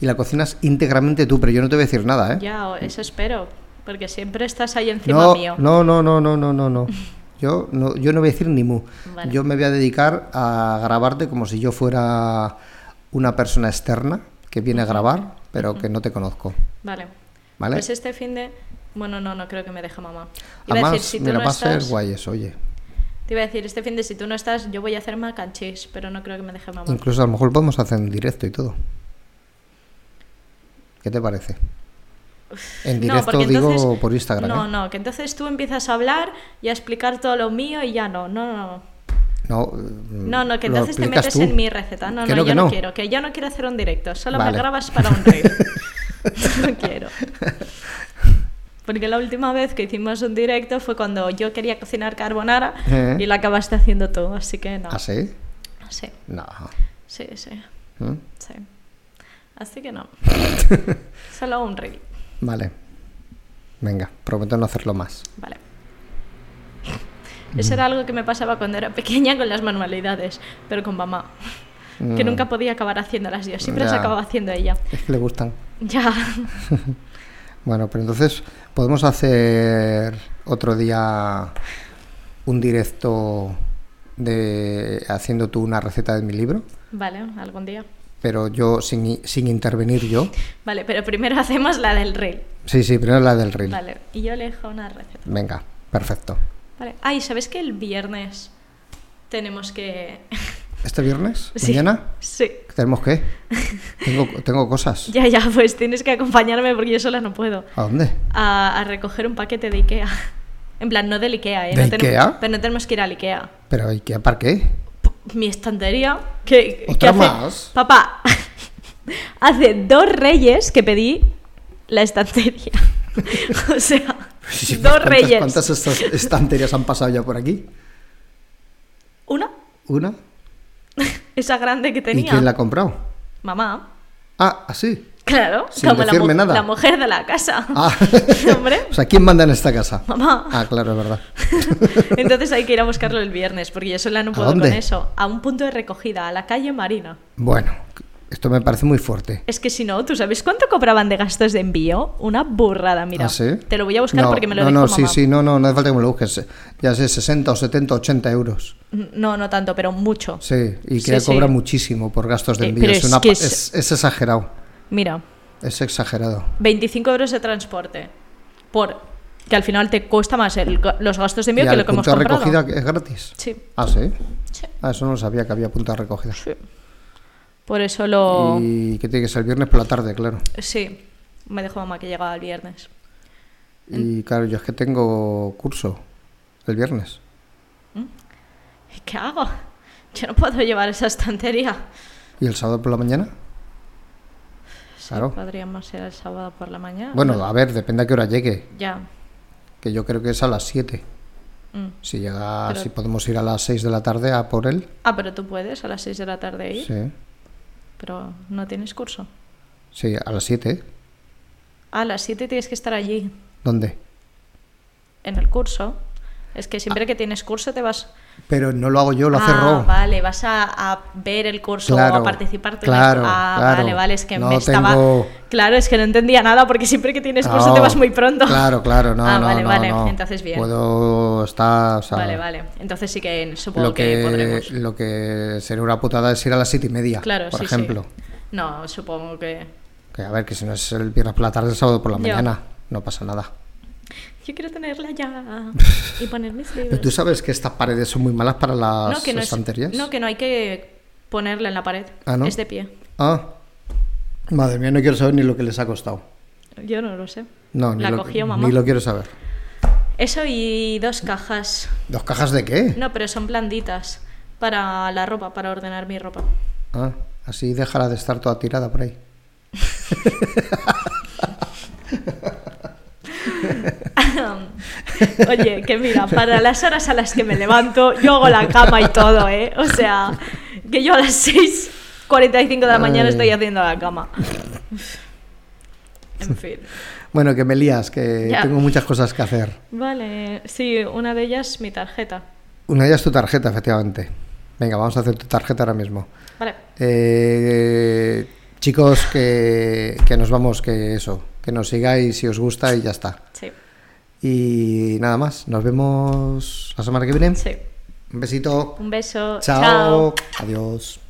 Speaker 1: y la cocinas íntegramente tú, pero yo no te voy a decir nada, ¿eh?
Speaker 2: Ya, o- eso espero. Porque siempre estás ahí encima
Speaker 1: no,
Speaker 2: mío.
Speaker 1: no, no, no, no, no, no, no. Yo no, yo no voy a decir ni mu.
Speaker 2: Vale.
Speaker 1: Yo me voy a dedicar a grabarte como si yo fuera una persona externa que viene a grabar, pero que no te conozco.
Speaker 2: Vale.
Speaker 1: ¿Vale?
Speaker 2: Pues este fin de... Bueno, no, no creo que me deja mamá. Iba
Speaker 1: Además,
Speaker 2: a decir, si tú
Speaker 1: mira,
Speaker 2: no
Speaker 1: va a
Speaker 2: estás...
Speaker 1: ser guay eso, oye.
Speaker 2: Te iba a decir, este fin de si tú no estás, yo voy a hacer mac and cheese, pero no creo que me deje mamá.
Speaker 1: Incluso a lo mejor podemos hacer en directo y todo. ¿Qué te parece? En
Speaker 2: No,
Speaker 1: directo
Speaker 2: porque
Speaker 1: digo
Speaker 2: entonces-
Speaker 1: por Instagram.
Speaker 2: No,
Speaker 1: ¿eh?
Speaker 2: no, que entonces tú empiezas a hablar y a explicar todo lo mío y ya no, no, no.
Speaker 1: No, mm,
Speaker 2: No, no, que
Speaker 1: lo
Speaker 2: entonces te
Speaker 1: explicas
Speaker 2: metes
Speaker 1: tú.
Speaker 2: en mi receta. No,
Speaker 1: Que
Speaker 2: no,
Speaker 1: no,
Speaker 2: yo
Speaker 1: que
Speaker 2: no.
Speaker 1: no.
Speaker 2: quiero, que yo no quiero hacer un directo, solo
Speaker 1: Vale.
Speaker 2: me grabas para un reel. no quiero. Porque la última vez que hicimos un directo fue cuando yo quería cocinar carbonara
Speaker 1: Eh.
Speaker 2: y la acabaste haciendo tú, así que no.
Speaker 1: ¿Ah, sí?
Speaker 2: Sí,
Speaker 1: No.
Speaker 2: sí, sí,
Speaker 1: ¿Mm?
Speaker 2: sí. Así que no. solo un reel.
Speaker 1: Vale. Venga, prometo no hacerlo más.
Speaker 2: Vale. Eso era algo que me pasaba cuando era pequeña con las manualidades, pero con mamá. Que
Speaker 1: Mm.
Speaker 2: nunca podía acabar haciéndolas yo, siempre las
Speaker 1: Ya.
Speaker 2: acababa haciendo ella.
Speaker 1: Mm. Es que le gustan.
Speaker 2: Ya.
Speaker 1: Bueno, pero entonces podemos hacer otro día un directo de haciendo tú una receta de mi libro,
Speaker 2: Vale, algún día.
Speaker 1: pero yo sin, i- sin intervenir yo.
Speaker 2: Vale, pero primero hacemos la del rey.
Speaker 1: Sí, sí, primero la del reel.
Speaker 2: Vale, y yo le dejo una receta.
Speaker 1: Venga, perfecto.
Speaker 2: Vale. Ay, ¿sabes que el viernes tenemos que.
Speaker 1: ¿Este viernes?
Speaker 2: Sí.
Speaker 1: ¿Mañana?
Speaker 2: Sí.
Speaker 1: ¿Tenemos qué? Tengo, tengo cosas.
Speaker 2: Ya, ya, pues tienes que acompañarme porque yo sola no puedo.
Speaker 1: ¿A dónde?
Speaker 2: A, a recoger un paquete de Ikea. En plan, no del Ikea, ¿eh?
Speaker 1: ¿De
Speaker 2: no tenemos-
Speaker 1: Ikea?
Speaker 2: pero no tenemos que ir al Ikea.
Speaker 1: ¿Pero ¿y qué? ¿Para qué?
Speaker 2: mi estantería. que
Speaker 1: ¿Otra más?
Speaker 2: Papá, hace dos reyes que pedí la estantería. o sea,
Speaker 1: Sí,
Speaker 2: dos
Speaker 1: ¿cuántas-
Speaker 2: reyes.
Speaker 1: ¿Cuántas estas- estanterías han pasado ya por aquí?
Speaker 2: Una,
Speaker 1: ¿Una?
Speaker 2: esa grande que
Speaker 1: ¿Y
Speaker 2: tenía.
Speaker 1: quién la ha comprado?
Speaker 2: Mamá.
Speaker 1: Ah, así.
Speaker 2: Claro,
Speaker 1: Sin
Speaker 2: como la,
Speaker 1: decirme
Speaker 2: mu-
Speaker 1: nada.
Speaker 2: la mujer de la casa.
Speaker 1: Ah.
Speaker 2: Hombre,
Speaker 1: o sea, ¿quién manda en esta casa?
Speaker 2: mamá.
Speaker 1: Ah, claro, es verdad.
Speaker 2: Entonces hay que ir a buscarlo el viernes, porque yo sola no puedo con
Speaker 1: dónde?
Speaker 2: eso. A un punto de recogida, a la calle Marina.
Speaker 1: Bueno, esto me parece muy fuerte.
Speaker 2: Es que si no, ¿tú sabes cuánto cobraban de gastos de envío? Una burrada, mira.
Speaker 1: ¿Ah, sí?
Speaker 2: Te lo voy a buscar
Speaker 1: No,
Speaker 2: porque me lo
Speaker 1: No,
Speaker 2: dijo
Speaker 1: no,
Speaker 2: mamá.
Speaker 1: sí, sí, no, no, no hace falta que me lo busques. Ya sé, 60 o 70, 80 euros.
Speaker 2: No, no tanto, pero mucho.
Speaker 1: Sí, y
Speaker 2: Sí,
Speaker 1: que
Speaker 2: sí.
Speaker 1: cobra muchísimo por gastos de
Speaker 2: Eh,
Speaker 1: envío.
Speaker 2: pero
Speaker 1: es,
Speaker 2: es
Speaker 1: una
Speaker 2: que
Speaker 1: pa-
Speaker 2: es-
Speaker 1: es- es exagerado.
Speaker 2: Mira,
Speaker 1: Es exagerado.
Speaker 2: 25 euros de transporte. Por que al final te cuesta más el ga- los gastos de envío
Speaker 1: y
Speaker 2: que
Speaker 1: al
Speaker 2: lo que hemos
Speaker 1: punto de
Speaker 2: comprado.
Speaker 1: recogida es gratis.
Speaker 2: Sí,
Speaker 1: Ah, sí.
Speaker 2: sí,
Speaker 1: Ah, eso no lo sabía que había punto de recogida.
Speaker 2: sí. Por eso lo.
Speaker 1: Y que tiene que ser el viernes por la tarde, claro.
Speaker 2: Sí, me dejó mamá que llegaba el viernes.
Speaker 1: Y claro, yo es que tengo curso el viernes.
Speaker 2: ¿Y ¿Qué hago? Yo no puedo llevar esa estantería.
Speaker 1: ¿Y el sábado por la mañana?
Speaker 2: Sí,
Speaker 1: Claro.
Speaker 2: Podríamos ir el sábado por la mañana.
Speaker 1: Bueno, a ver, depende a qué hora llegue,
Speaker 2: Ya.
Speaker 1: que yo creo que es a las 7.
Speaker 2: mm.
Speaker 1: Si llega,
Speaker 2: Pero-
Speaker 1: si podemos ir a las 6 de la tarde a por él.
Speaker 2: Ah, pero tú puedes a las 6 de la tarde ir,
Speaker 1: Sí.
Speaker 2: pero no tienes curso.
Speaker 1: Sí, a las 7.
Speaker 2: Ah, A las 7 tienes que estar allí.
Speaker 1: ¿Dónde?
Speaker 2: en el curso. Es que siempre que tienes curso te vas.
Speaker 1: Pero no lo hago yo, Ah. lo hace
Speaker 2: ah,
Speaker 1: Ro.
Speaker 2: vale, vas a, a ver el curso o a
Speaker 1: Claro,
Speaker 2: participar tú. en
Speaker 1: claro,
Speaker 2: el- ah,
Speaker 1: claro.
Speaker 2: vale, vale, es que
Speaker 1: No
Speaker 2: me estaba.
Speaker 1: tengo-
Speaker 2: Claro, es que no entendía nada porque siempre que tienes curso te
Speaker 1: No,
Speaker 2: vas muy pronto.
Speaker 1: Ah, Claro, claro, no,
Speaker 2: Ah,
Speaker 1: no,
Speaker 2: vale,
Speaker 1: no,
Speaker 2: vale,
Speaker 1: no.
Speaker 2: entonces bien.
Speaker 1: Puedo estar, o sea,
Speaker 2: Vale, vale. Entonces sí que supongo
Speaker 1: Lo
Speaker 2: que,
Speaker 1: que,
Speaker 2: podremos.
Speaker 1: lo que sería una putada es ir a las 7 y media,
Speaker 2: Claro,
Speaker 1: por
Speaker 2: sí, sí.
Speaker 1: ejemplo.
Speaker 2: No, supongo que.
Speaker 1: Que a ver, que si no es el viernes por la tarde, el sábado por la
Speaker 2: Ya.
Speaker 1: mañana, no pasa nada.
Speaker 2: Yo quiero tenerla ya y poner mis libros.
Speaker 1: Pero tú sabes que estas paredes son muy malas para las
Speaker 2: no, que no, es-
Speaker 1: estanterías.
Speaker 2: no, que no hay que ponerla en la pared.
Speaker 1: Ah, ¿no?
Speaker 2: Es de pie.
Speaker 1: Ah, madre mía, no quiero saber ni lo que les ha costado.
Speaker 2: Yo no lo sé.
Speaker 1: No, ni,
Speaker 2: la
Speaker 1: lo,
Speaker 2: cogió
Speaker 1: ni
Speaker 2: mamá.
Speaker 1: lo quiero saber.
Speaker 2: Eso y dos cajas
Speaker 1: ¿Dos cajas de qué?
Speaker 2: No, pero son blanditas para la ropa, para ordenar mi ropa.
Speaker 1: Ah, así déjala de estar toda tirada por ahí.
Speaker 2: Oye, que mira, para las horas a las que me levanto, yo hago la cama y todo, ¿eh? O sea, que yo a las 6.45 de la mañana
Speaker 1: Ay.
Speaker 2: estoy haciendo la cama. En fin.
Speaker 1: Bueno, que me lías, que
Speaker 2: Ya.
Speaker 1: tengo muchas cosas que hacer.
Speaker 2: Vale, sí, una de ellas mi tarjeta.
Speaker 1: Una de ellas es tu tarjeta, efectivamente. Venga, vamos a hacer tu tarjeta ahora mismo.
Speaker 2: Vale,
Speaker 1: Eh, chicos, que, que nos vamos, que eso, que nos sigáis si os gusta y ya está.
Speaker 2: sí,
Speaker 1: Y nada más, nos vemos la semana que viene.
Speaker 2: sí.
Speaker 1: Un besito.
Speaker 2: Un beso.
Speaker 1: Chao. Adiós.